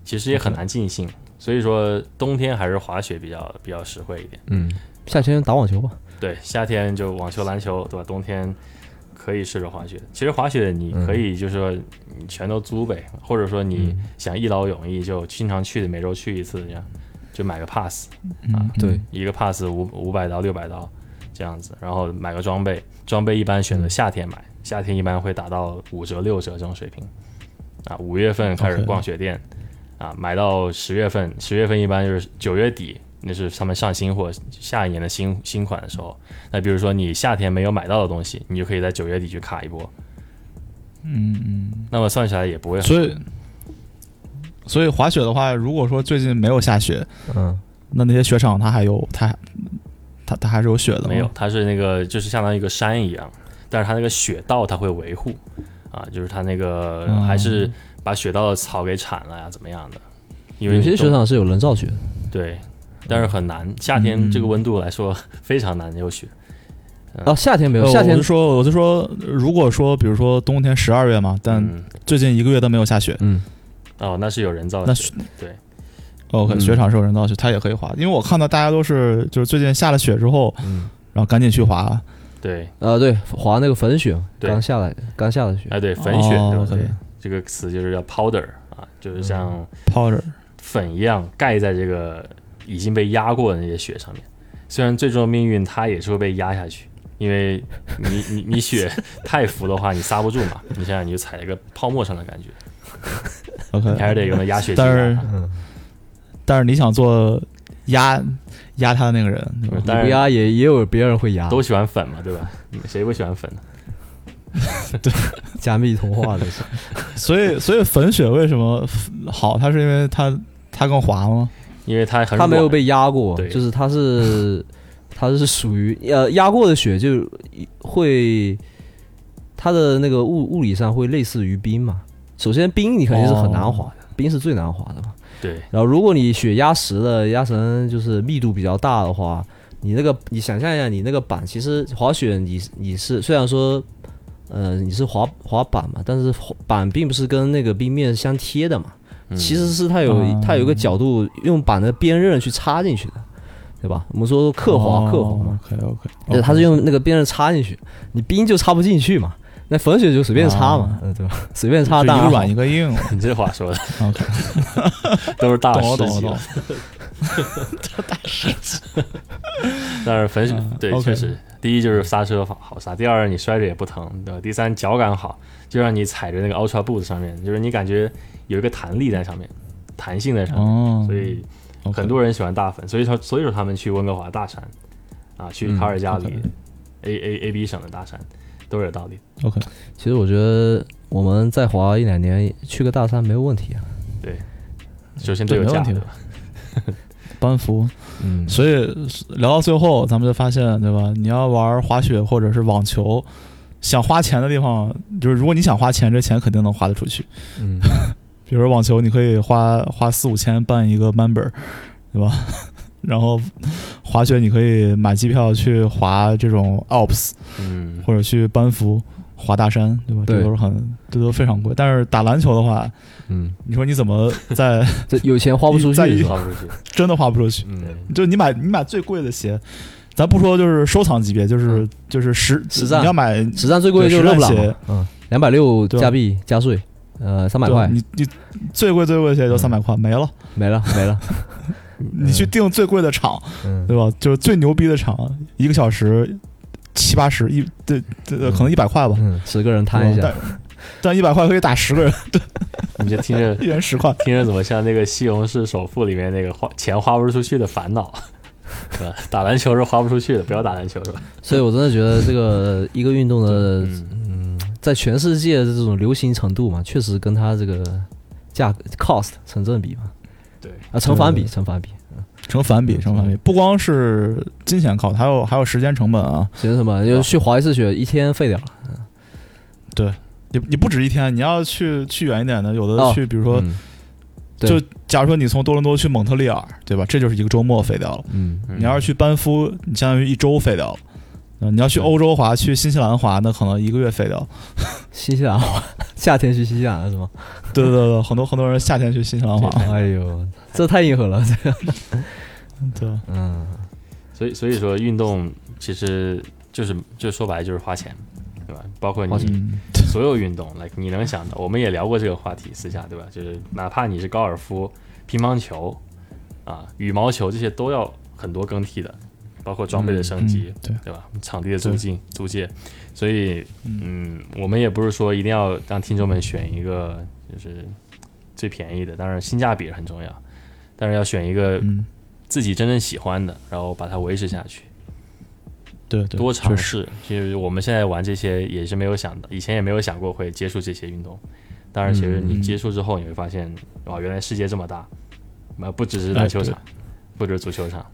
其实也很难尽兴。所以说，冬天还是滑雪比较比较实惠一点。
嗯，夏天打网球吧。
对，夏天就网球、篮球，对吧？冬天可以试着滑雪。其实滑雪你可以就是说你全都租呗，或者说你想一劳永逸就经常去的，每周去一次这样，就买个 pass，
嗯，
对，
一个 pass 五五百到六百刀这样子，然后买个装备，装备一般选择夏天买，夏天一般会打到五折六折这种水平。啊，五月份开始
OK
逛雪店啊，买到十月份，十月份一般就是九月底，那是他们上新货，下一年的新新款的时候。那比如说你夏天没有买到的东西，你就可以在九月底去卡一波，
嗯嗯，
那么算起来也不会很
所以所以滑雪的话，如果说最近没有下雪，
嗯，
那那些雪场它还有它还它它还是有雪的吗
没有，它是那个就是相当于一个山一样，但是它那个雪道它会维护，啊，就是它那个
嗯
还是把雪道的草给铲了呀，怎么样的？因为
有
你
些
冬
雪场是有人造雪的。
对，但是很难，夏天
嗯
这个温度来说非常难有雪。嗯
啊，夏天没
哦
有，
呃
夏
我
天
就说，我就说，如果说，比如说冬天十二月嘛，但
嗯
最近一个月都没有下雪，
嗯，
哦，那是有人造
那
的
雪
雪，对，
OK，、
嗯
雪场是有人造雪，它也可以滑，因为我看到大家都是就是最近下了雪之后，
嗯
然后赶紧去滑。
对，
啊，对，滑那个粉雪，
对
刚下来，刚下的雪。
哎，对，粉雪，对
哦嗯
吧？
，OK
对，这个词就是叫 powder 啊，就是像
powder，
粉一样盖在这个已经被压过的那些雪上面。虽然最终的命运它也是会被压下去，因为你你你雪太浮的话，你刹不住嘛。你想想，你就踩一个泡沫上的感觉，
OK，
你还是得用那压雪机嗯
但
来
是
打。
但是你想做压压他的那个人，对吧
当
不
然
压也也有别人会压，
都喜欢粉嘛，对吧？你们谁不喜欢粉呢？
加密通话的是。
所以所以粉雪为什么好？它是因为它它更滑吗？
因为它很
他没有
软
被压过，
对
就是他是 他是属于呃压过的雪就会它的那个物物理上会类似于冰嘛。首先冰你肯定是很难滑
哦
的，冰是最难滑的嘛。
对
然后如果你雪压实了，压成就是密度比较大的话，你那个你想象一下，你那个板其实滑雪你你是虽然说。呃，你是滑滑板嘛，但是滑板并不是跟那个冰面相贴的嘛，
嗯
其实是它有、
嗯
它有一个角度，用板的边刃去插进去的，对吧？我们说刻
哦
滑刻滑嘛，
，OK OK，
对，它是用那个边刃插进去，你冰就插不进去嘛，那粉雪就随便插
哦
嘛，嗯，对吧？随便插
一
当
个
然
软一
好
个硬
你这话说的
，OK，
都啊是大
懂了
师
懂了
级
懂
了
了，。
但是粉雪
嗯
对，
OK
确实，第一就是刹车好好刹，第二你摔着也不疼，对吧？第三脚感好，就让你踩着那个 Ultra Boost 上面，就是你感觉有一个弹力在上面，弹性在上面，
哦，
所以
OK
很多人喜欢大粉，所以他所以说他们去温哥华大山啊，去
嗯
卡尔加里、
OK
A A A B 省的大山都是有道理。
OK，
其实我觉得我们再滑一两年，去个大山没有问题啊。
首先
对
队友
没
价，
问题
对吧？
班服。
嗯，
所以聊到最后，咱们就发现，对吧？你要玩滑雪或者是网球，想花钱的地方，就是如果你想花钱，这钱肯定能花得出去。
嗯，
比如说网球，你可以花花四五千办一个 member，对吧？ 然后滑雪，你可以买机票去滑这种 Alps，
嗯，
或者去班夫滑大山，对吧？
对
这都是很，这都非常贵。但是打篮球的话，
嗯，
你说你怎么在
这有钱花不出去
在于
是吧？
滑不出去，
真的滑不出去？
嗯，
就你买你买最贵的鞋，咱不说就是收藏级别，
嗯
就是就是实
实战
你要买
实战最贵的就是勒布朗
对实
嘛
战，
嗯，两百六
对啊
加币加税，呃，三百块
对你啊你最贵最贵的鞋就
嗯
三百块没了，
没了 没了，
你去订最贵的厂，
嗯，
对吧？就是最牛逼的场，一个小时七八十，一对对，对可能一百块吧。
嗯，十个人摊一
对
下
吧，但 但一百块可以打十个人，
你就听着
一人十块。
听着怎么像那个《西红柿首富》里面那个花钱花不出去的烦恼， 对吧？打篮球是花不出去的，不要打篮球是吧？
所以我真的觉得这 个一个运动的嗯在全世界的这种流行程度嘛，确实跟它这个价格 cost 成正比嘛，
对，
啊，成反比，
对
成反比。
成反比，成反嗯比，不光是金钱考，还有还有时间成本啊。
行什么？就是去滑一次雪，一天废掉了。
你你不止一天，你要去去远一点的，有的
哦
去，比如说，
嗯
对
就假如说你从多伦多去蒙特利尔，对吧？这就是一个周末废掉了。
嗯，
嗯
你要是去班夫，你相当于一周废掉了。呃你要去
对
欧洲滑，去新西兰滑，那可能一个月废掉。
新西兰 滑，夏天去新西兰了是吗？
对对对，很多很多人夏天去新西兰滑，
哎呦，这太硬核了，这个。
对。
嗯，
所以所以说运动其实就是就说白了就是花钱，对吧？包括
花
你
嗯，
所有运动，like 你能想的，我们也聊过这个话题，私下对吧？就是哪怕你是高尔夫、乒乓球啊、羽毛球这些都要很多更替的，包括装备的升级，
嗯对
对吧？场地的租金租借，所以
嗯
嗯，我们也不是说一定要让听众们选一个就是最便宜的，当然性价比很重要，但是要选一个
嗯，
自己真正喜欢的，然后把它维持下去，
对对，
多尝
确实
试。其实我们现在玩这些也是没有想的，以前也没有想过会接触这些运动。当然，其实你
嗯
接触之后，你会发现，哇，原来世界这么大，啊，不只是篮球
哎
场，不只是足球场，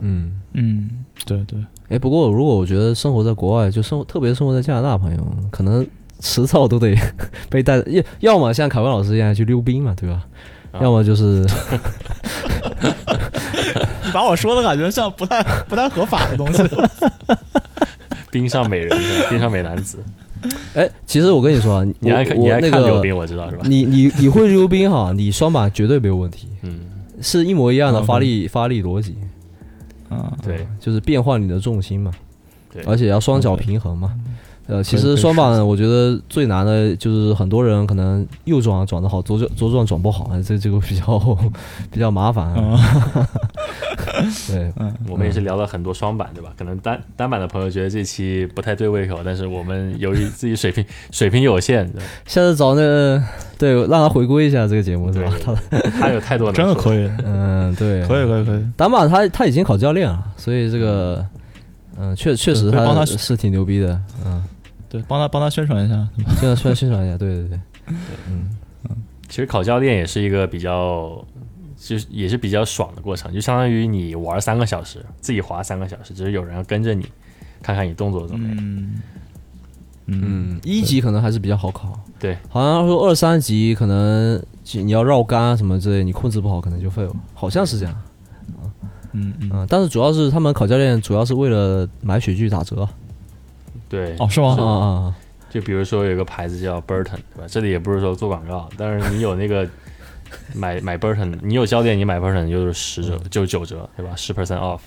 嗯，
嗯，对对，
哎，不过如果我觉得生活在国外，就生活特别生活在加拿大朋友，可能迟早都得 被带，要要么像凯文老师一样去溜冰嘛，对吧？
啊
要么就是
把我说的感觉像不太不太合法的 东西。
冰 上美人，是吧冰上美男子。
哎，其实我跟你说啊，
你
我
爱看你
我
爱
那
看
个
溜冰，我知道是吧？
你你你会溜冰哈，你双板绝对没有问题，
嗯，
是一模一样的
嗯
发力发力逻辑，
嗯，
对，
就是变换你的重心嘛，
对
而且要双脚平衡嘛。呃，
嗯
其
可以
实
可以
双
试
板我觉得最难的就是很多人可能右 转转得好，左转左转转不好，这这个比较比较麻烦啊。
嗯，
对，
我们也是聊了很多双板，对吧？可能单单板的朋友觉得这期不太对胃口，但是我们由于自己水平水平有限，对吧
下次找那个对，让他回归一下这个节目是吧？他
他有太多能
真的
说
可以，
嗯，对，
可以，可以，可以。
丹马他他已经考教练了，所以这个，嗯，确确实
对帮他
是挺牛逼的， 嗯，
对，帮他帮他宣传一下，对吧
现在出来宣传一下，对对对，嗯，
其实考教练也是一个比较，就是也是比较爽的过程，就相当于你玩三个小时，自己滑三个小时，只是有人要跟着你，看看你动作怎么样。
嗯嗯，
嗯，一级可能还是比较好考，
对，
好像说二三级可能你要绕杆啊什么之类，你控制不好可能就 fail，好像是这样，
嗯嗯，
嗯，但是主要是他们考教练主要是为了买雪具打折，
对，
哦，是
啊
吗？
啊啊，
就比如说有一个牌子叫 Burton，对吧？这里也不是说做广告，但是你有那个买买 Burton，你有教练，你买 Burton 就是十折，就九折，对吧？十 percent off。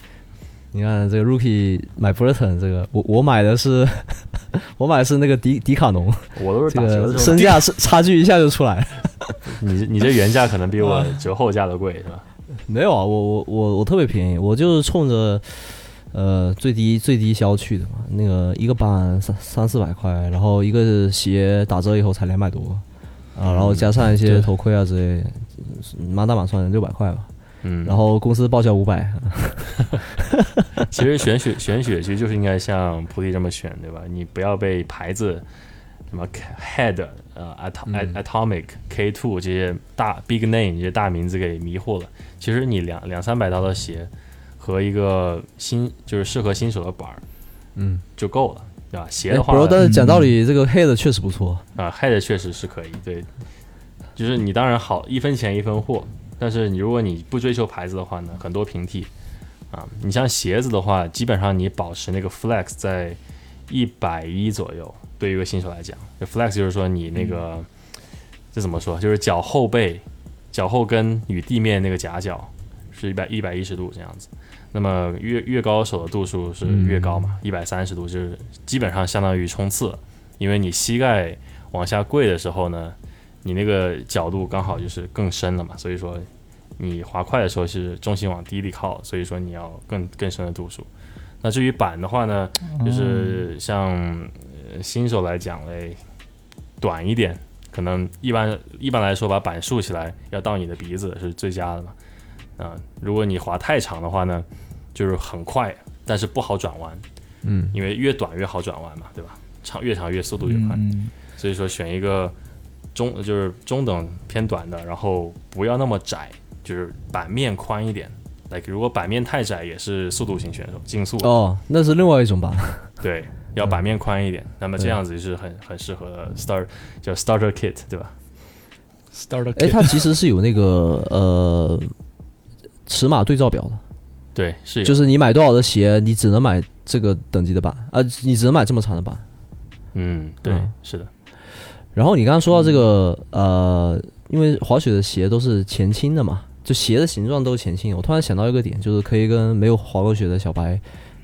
你看这个 Rookie 买 Burton 这个，我我买的是 我买的是那个迪迪卡侬，
我都是
这
打折
个
的时候
身，价是差距一下就出来了。
你你这原价可能比我折后价的贵，是吧？
没有啊，我我我我特别便宜，我就是冲着呃最低最低消去的嘛。那个一个班三三四百块，然后一个鞋打折以后才两百多啊，然后加上一些
对
头盔啊之类，嗯满打满算六百块吧。
嗯，
然后公司报销五百，
其实选雪选雪区就是应该像菩提这么选，对吧？你不要被牌子什么 K- Head、呃
嗯
Atom、Atomic、K Two 这些大 Big Name 这些大名字给迷惑了。其实你两两三百刀的鞋和一个新就是适合新手的板儿
嗯，
就够了，对吧？鞋
哎
的话嗯
不过但是讲道理，这个黑的确实不错，
啊、h e a d 确实是可以，对，就是你当然好一分钱一分货，但是你如果你不追求牌子的话呢，很多平替啊、你像鞋子的话，基本上你保持那个 flex 在一百一左右，对于一个新手来讲，就 flex 就是说你那个、这怎么说，就是脚后背、脚后跟与地面那个夹角是一百一百一十度这样子。那么越越高手的度数是越高嘛，一百三十度就是基本上相当于冲刺了，因为你膝盖往下跪的时候呢，你那个角度刚好就是更深了嘛，所以说你滑快的时候是重心往低里靠，所以说你要更更深的度数。那至于板的话呢，就是像呃新手来讲嘞，短一点，可能一般一般来说把板竖起来要到你的鼻子是最佳的嘛。啊、如果你滑太长的话呢，就是很快，但是不好转弯，
嗯，
因为越短越好转弯嘛，对吧？长越长越速度越快。
嗯，
所以说选一个中就是中等偏短的，然后不要那么窄，就是版面宽一点。like 如果版面太窄，也是速度型选手，竞速、
哦，那是另外一种吧，
对，要版面宽一点。那么这样子是很很适合的 start 叫 starter kit 对吧？
start
哎，它其实是有那个呃尺码对照表的。
对，是有
就是你买多少的鞋，你只能买这个等级的版，啊，你只能买这么长的版。
嗯，对，
嗯
是的，
然后你刚刚说到这个，呃，因为滑雪的鞋都是前倾的嘛，就鞋的形状都是前倾的。我突然想到一个点，就是可以跟没有滑过雪的小白，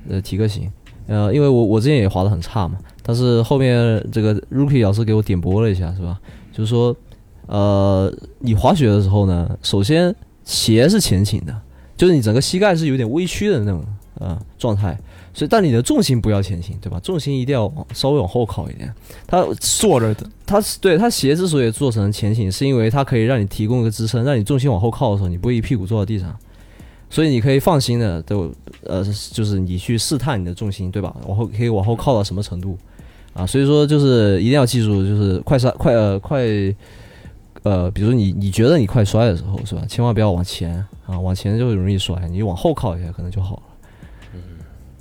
呃，提个醒。呃，因为我我之前也滑得很差嘛，但是后面这个 Rookie 老师给我点拨了一下，是吧？就是说，呃，你滑雪的时候呢，首先鞋是前倾的，就是你整个膝盖是有点微曲的那种呃状态，所以但你的重心不要前倾，对吧？重心一定要往稍微往后靠一点。它
坐着的，
它是对它鞋之所以做成前倾，是因为它可以让你提供一个支撑，让你重心往后靠的时候，你不会一屁股坐到地上，所以你可以放心的都呃，就是你去试探你的重心，对吧？往后可以往后靠到什么程度啊？所以说就是一定要记住，就是快摔快呃快呃，比如你你觉得你快摔的时候是吧？千万不要往前啊，往前就容易摔，你往后靠一下可能就好了。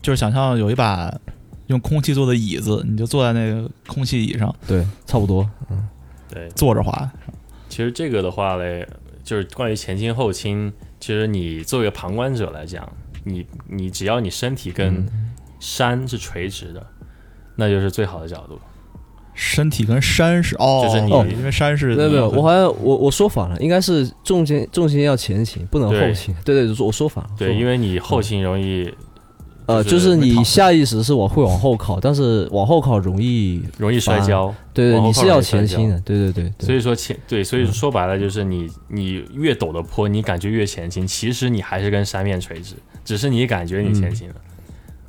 就是想象有一把用空气做的椅子，你就坐在那个空气椅上
对，差不多。
对。
坐着滑，
其实这个的话嘞，就是关于前倾后倾，其实你作为旁观者来讲，你你只要你身体跟山是垂直的，那就是最好的角度。
身体跟山是哦，
就是你
哦因为山是
没有没有，我好像我我说反了，应该是重心重心要前倾，不能
对
后倾。对对，我说反了。
对，因
为
为你后倾容易
呃，
就
就是是
会
你
躺
下意识是往会往后靠，但是往后靠容易，
容易摔
反而
跤。
对对，
往后
你
靠
是
容
要
易摔
前倾
跤
的，对对对对。嗯
所以说前对，所以说白了就是你你越陡的坡，你感觉越前倾，其实你还是跟山面垂直，只是你感觉你前倾了，
嗯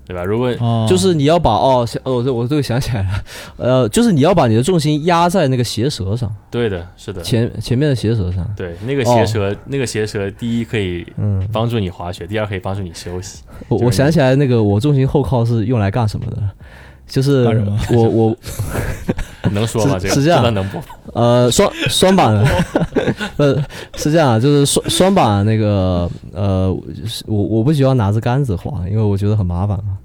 对吧？如果
哦
就是你要把哦，想哦，我这我这个想起来了，呃，就是你要把你的重心压在那个斜舌上，
对的，是的，
前前面的斜舌上，
对那个
哦
斜蛇，那个斜蛇，第一可以
嗯，
帮助你滑雪，第二可以帮助你休息。
我
就是
我
你
想起来那个我重心后靠是用来干什么的了，就是
干什么
我我
能说吗？
是
这个
是这样
真的能播？
呃双双板的，呃是这样啊，就是双双板那个呃我我不喜欢拿着杆子滑，因为我觉得很麻烦嘛，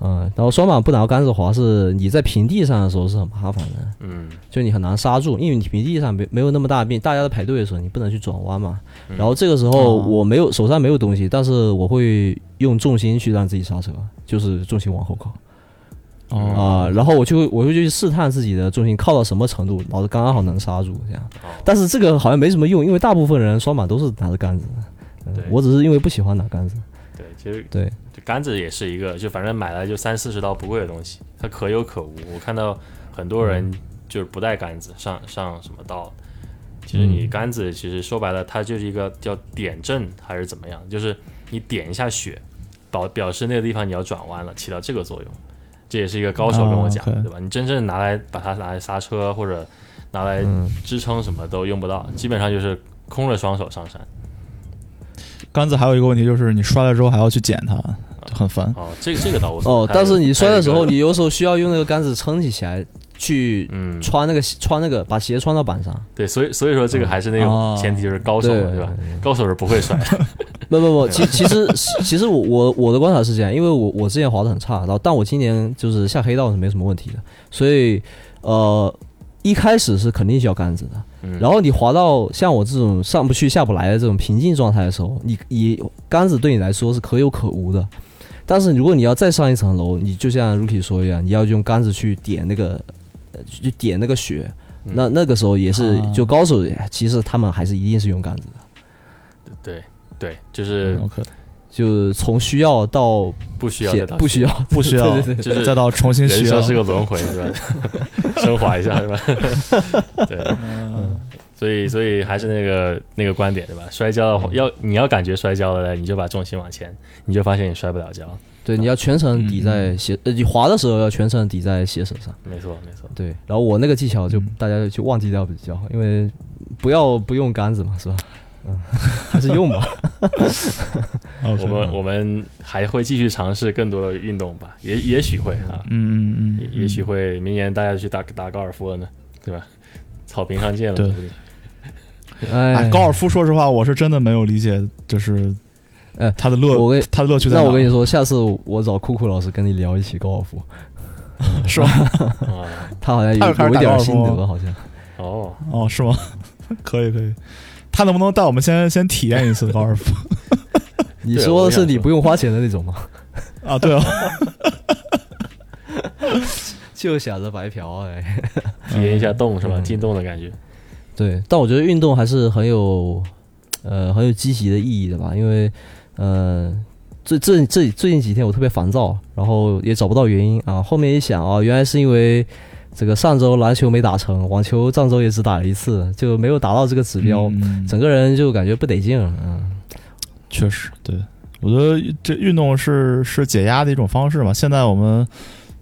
嗯，然后双板不拿杆子滑是你在平地上的时候是很麻烦的，
嗯，
就你很难刹住，因为你平地上没没有那么大面，大家在排队的时候你不能去转弯嘛。
嗯
然后这个时候我没有手上没有东西，但是我会用重心去让自己刹车，就是重心往后靠
哦，
啊、然后我就会我会去试探自己的重心靠到什么程度，老子刚刚好能刹住这样。
哦
但是这个好像没什么用，因为大部分人双板都是拿着杆子的，嗯
对
我只是因为不喜欢拿杆子。
对，其实
对，
就杆子也是一个，就反正买来就三四十刀不贵的东西，它可有可无。我看到很多人
嗯
就是不带杆子上上什么道，其实
嗯
你杆子其实说白了，它就是一个叫点阵还是怎么样，就是你点一下雪，表表示那个地方你要转弯了，起到这个作用。这也是一个高手跟
哦
我讲的，
啊，OK
对吧？你真正拿来把它拿来刹车或者拿来
嗯
支撑什么都用不到，基本上就是空着双手上山。
杆子还有一个问题就是你摔了之后还要去捡它，就很烦。
哦，这个这个倒无所谓
哦，
还
但
有
是你摔的时
还有
候，
一个
你有时候需要用那个杆子撑起起来去。
嗯，
穿那个穿那个，把鞋穿到板上。
对，所以所以说这个还是那
哦
种前提，就是高手嘛，
对
对吧？高手是不会摔 的。
不不不，其其实其实我我我的观察是这样，因为我我之前滑的很差，然后但我今年就是下黑道是没什么问题的，所以呃一开始是肯定需要杆子的，
嗯
然后你滑到像我这种上不去下不来的这种瓶颈状态的时候，你你杆子对你来说是可有可无的，但是如果你要再上一层楼，你就像 Rookie 说一样，你要用杆子去点那个呃去点那个雪，
嗯
那那个时候也是
啊
就高手，其实他们还是一定是用杆子的。
对对，就是
，OK，
就是从需要到
不需要
写
再打
不需要，
不需要
对对对，
就是
再到重新啊
人
需
生
要。
是个轮 回，是吧？升华一下，是吧？ 对，
嗯
所以所以还是那个那个观点，对吧？摔跤的话，
嗯
要你要感觉摔跤了，你就把重心往前，你就发现你摔不了跤。
对，你要全程抵在鞋，呃，你滑的时候要全程抵在鞋舌上。
没错，没错。
对，然后我那个技巧就
嗯
大家就忘记掉比较好，因为不要不用杆子嘛，是吧？嗯，还是用吧。
我
嗯
们我们还会继续尝试更多的运动吧，也也许会啊，
嗯嗯
也
嗯，
也许会明年大家去打打高尔夫了呢，对吧？草坪上见了，
对
说不定
哎
哎，，
高尔夫，说实话，我是真的没有理解，就是，
呃
他的乐，
我跟
他的乐趣在
那
哪？
我跟你说，下次我找酷酷老师跟你聊一起高尔夫，
是吗？
啊，
他好像
他
有
有开始
有
打
一
高
点
尔夫
心得，
吗
好像。
哦，
哦，是吗？ 可以可以，他能不能带我们先先体验一次高尔夫
你
对
说
我也
的是你
想说
不用花钱的那种吗？
啊？对哦，
就想着白嫖哎。
体验一下动是吧？
嗯
进洞的感觉。
对，但我觉得运动还是很有，呃，很有积极的意义的吧，因为，呃，最这这最近几天我特别烦躁，然后也找不到原因啊。后面一想啊，原来是因为这个上周篮球没打成，网球上周也只打了一次，就没有达到这个指标，
嗯
整个人就感觉不得劲儿。嗯，
确实，对，我觉得这运动是是解压的一种方式嘛。现在我们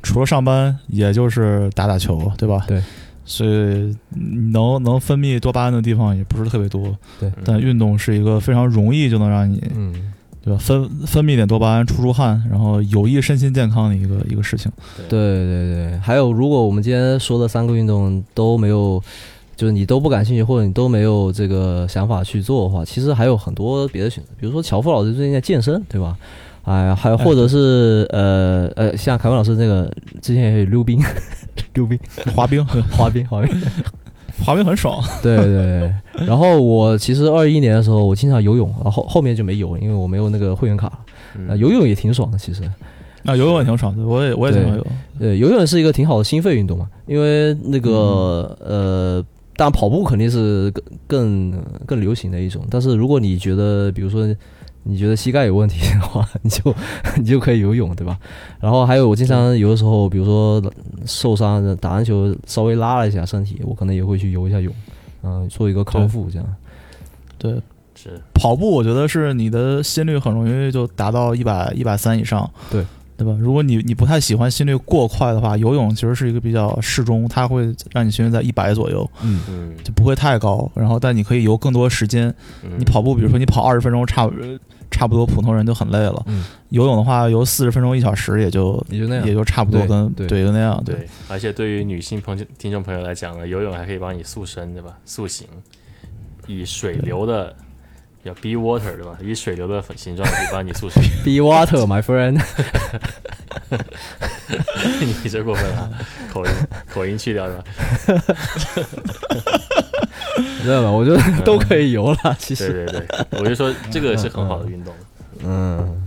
除了上班，也就是打打球，对吧？
对，
所以能能分泌多巴胺的地方也不是特别多。
对
但运动是一个非常容易就能让你
嗯，
对吧分分泌点多巴胺，出出汗，然后有益身心健康的一个一个事情。
对对对。还有，如果我们今天说的三个运动都没有。就是你都不感兴趣，或者你都没有这个想法去做的话，其实还有很多别的选择，比如说乔夫老师最近在健身，对吧？哎，还有或者是呃呃，像凯文老师那个之前也有溜冰， 溜冰、
滑冰，
滑冰、滑冰，
滑冰很爽。
对对对。然后我其实二一年的时候，我经常游泳，然后后后面就没游，因为我没有那个会员卡了。
嗯
呃游泳也挺爽的，其实。
啊，游泳也挺爽的，我也我也挺喜欢游泳。
对，呃游泳是一个挺好的心肺运动嘛，因为那个、呃，当然跑步肯定是更更更流行的一种，但是如果你觉得，比如说你觉得膝盖有问题的话，你就 你就可以游泳，对吧？然后还有我经常有的时候，比如说受伤了打篮球稍微拉了一下身体，我可能也会去游一下泳，嗯、做一个康复这样。
对，
是
跑步我觉得是你的心率很容易就达到一百一百三以上，
对
对吧？如果你你不太喜欢心率过快的话，游泳其实是一个比较适中，它会让你心率在一百左右，
嗯，
嗯，
就不会太高。然后但你可以游更多时间。
嗯
你跑步，比如说你跑二十分钟，差不差不多普通人就很累了。
嗯
游泳的话，游四十分钟一小时也就
也就那样
也就差不多
对
跟
对
就那样。对
对，而且对于女性朋友听众朋友来讲呢，游泳还可以帮你塑身，对吧？塑形，以水流的叫 be water，对吧？以水流的形状去帮你塑 身，
Be water, my friend。
你这过分了，口音口音去掉 是吧？
知道吧？我觉得都可以游了，其
对
实。
对对，我就说这个是很好的运 动。
嗯，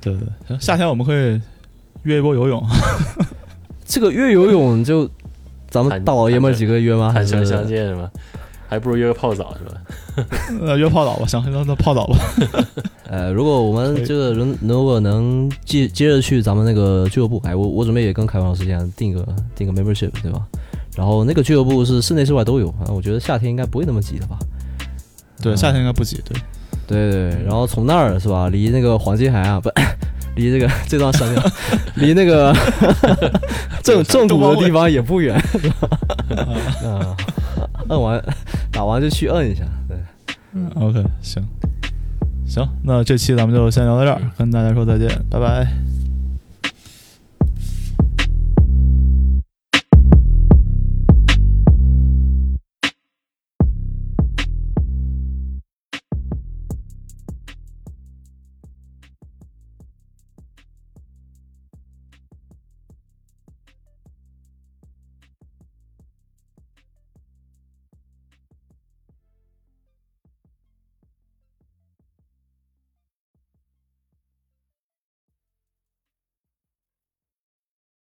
对对，行，夏天我们可以约一波游泳。
这个约游泳就咱们
谈
大老爷们儿
谈
几个约吗？还
坦
是
诚相见是吧？还不如约个泡澡是吧？
呃，约泡澡吧，行，那那泡澡吧。
呃，如果我
可
们
以
这个人如果能接接着去咱们那个俱乐部，哎，我我准备也跟凯文老师一样定个定个 membership，对吧？然后那个俱乐部是室内室外都有啊，我觉得夏天应该不会那么挤的吧？
对，夏天应该不挤。对，
对对，对然后从那儿是吧，离那个黄金海岸不， 离这个这段山掉，离那 个正正
东
骨
方
的
卫
地方也不 远，是吧？嗯，摁完打完就去摁一下，对，
嗯，OK，行，行，那这期咱们就先聊到这儿，跟大家说再见，拜拜。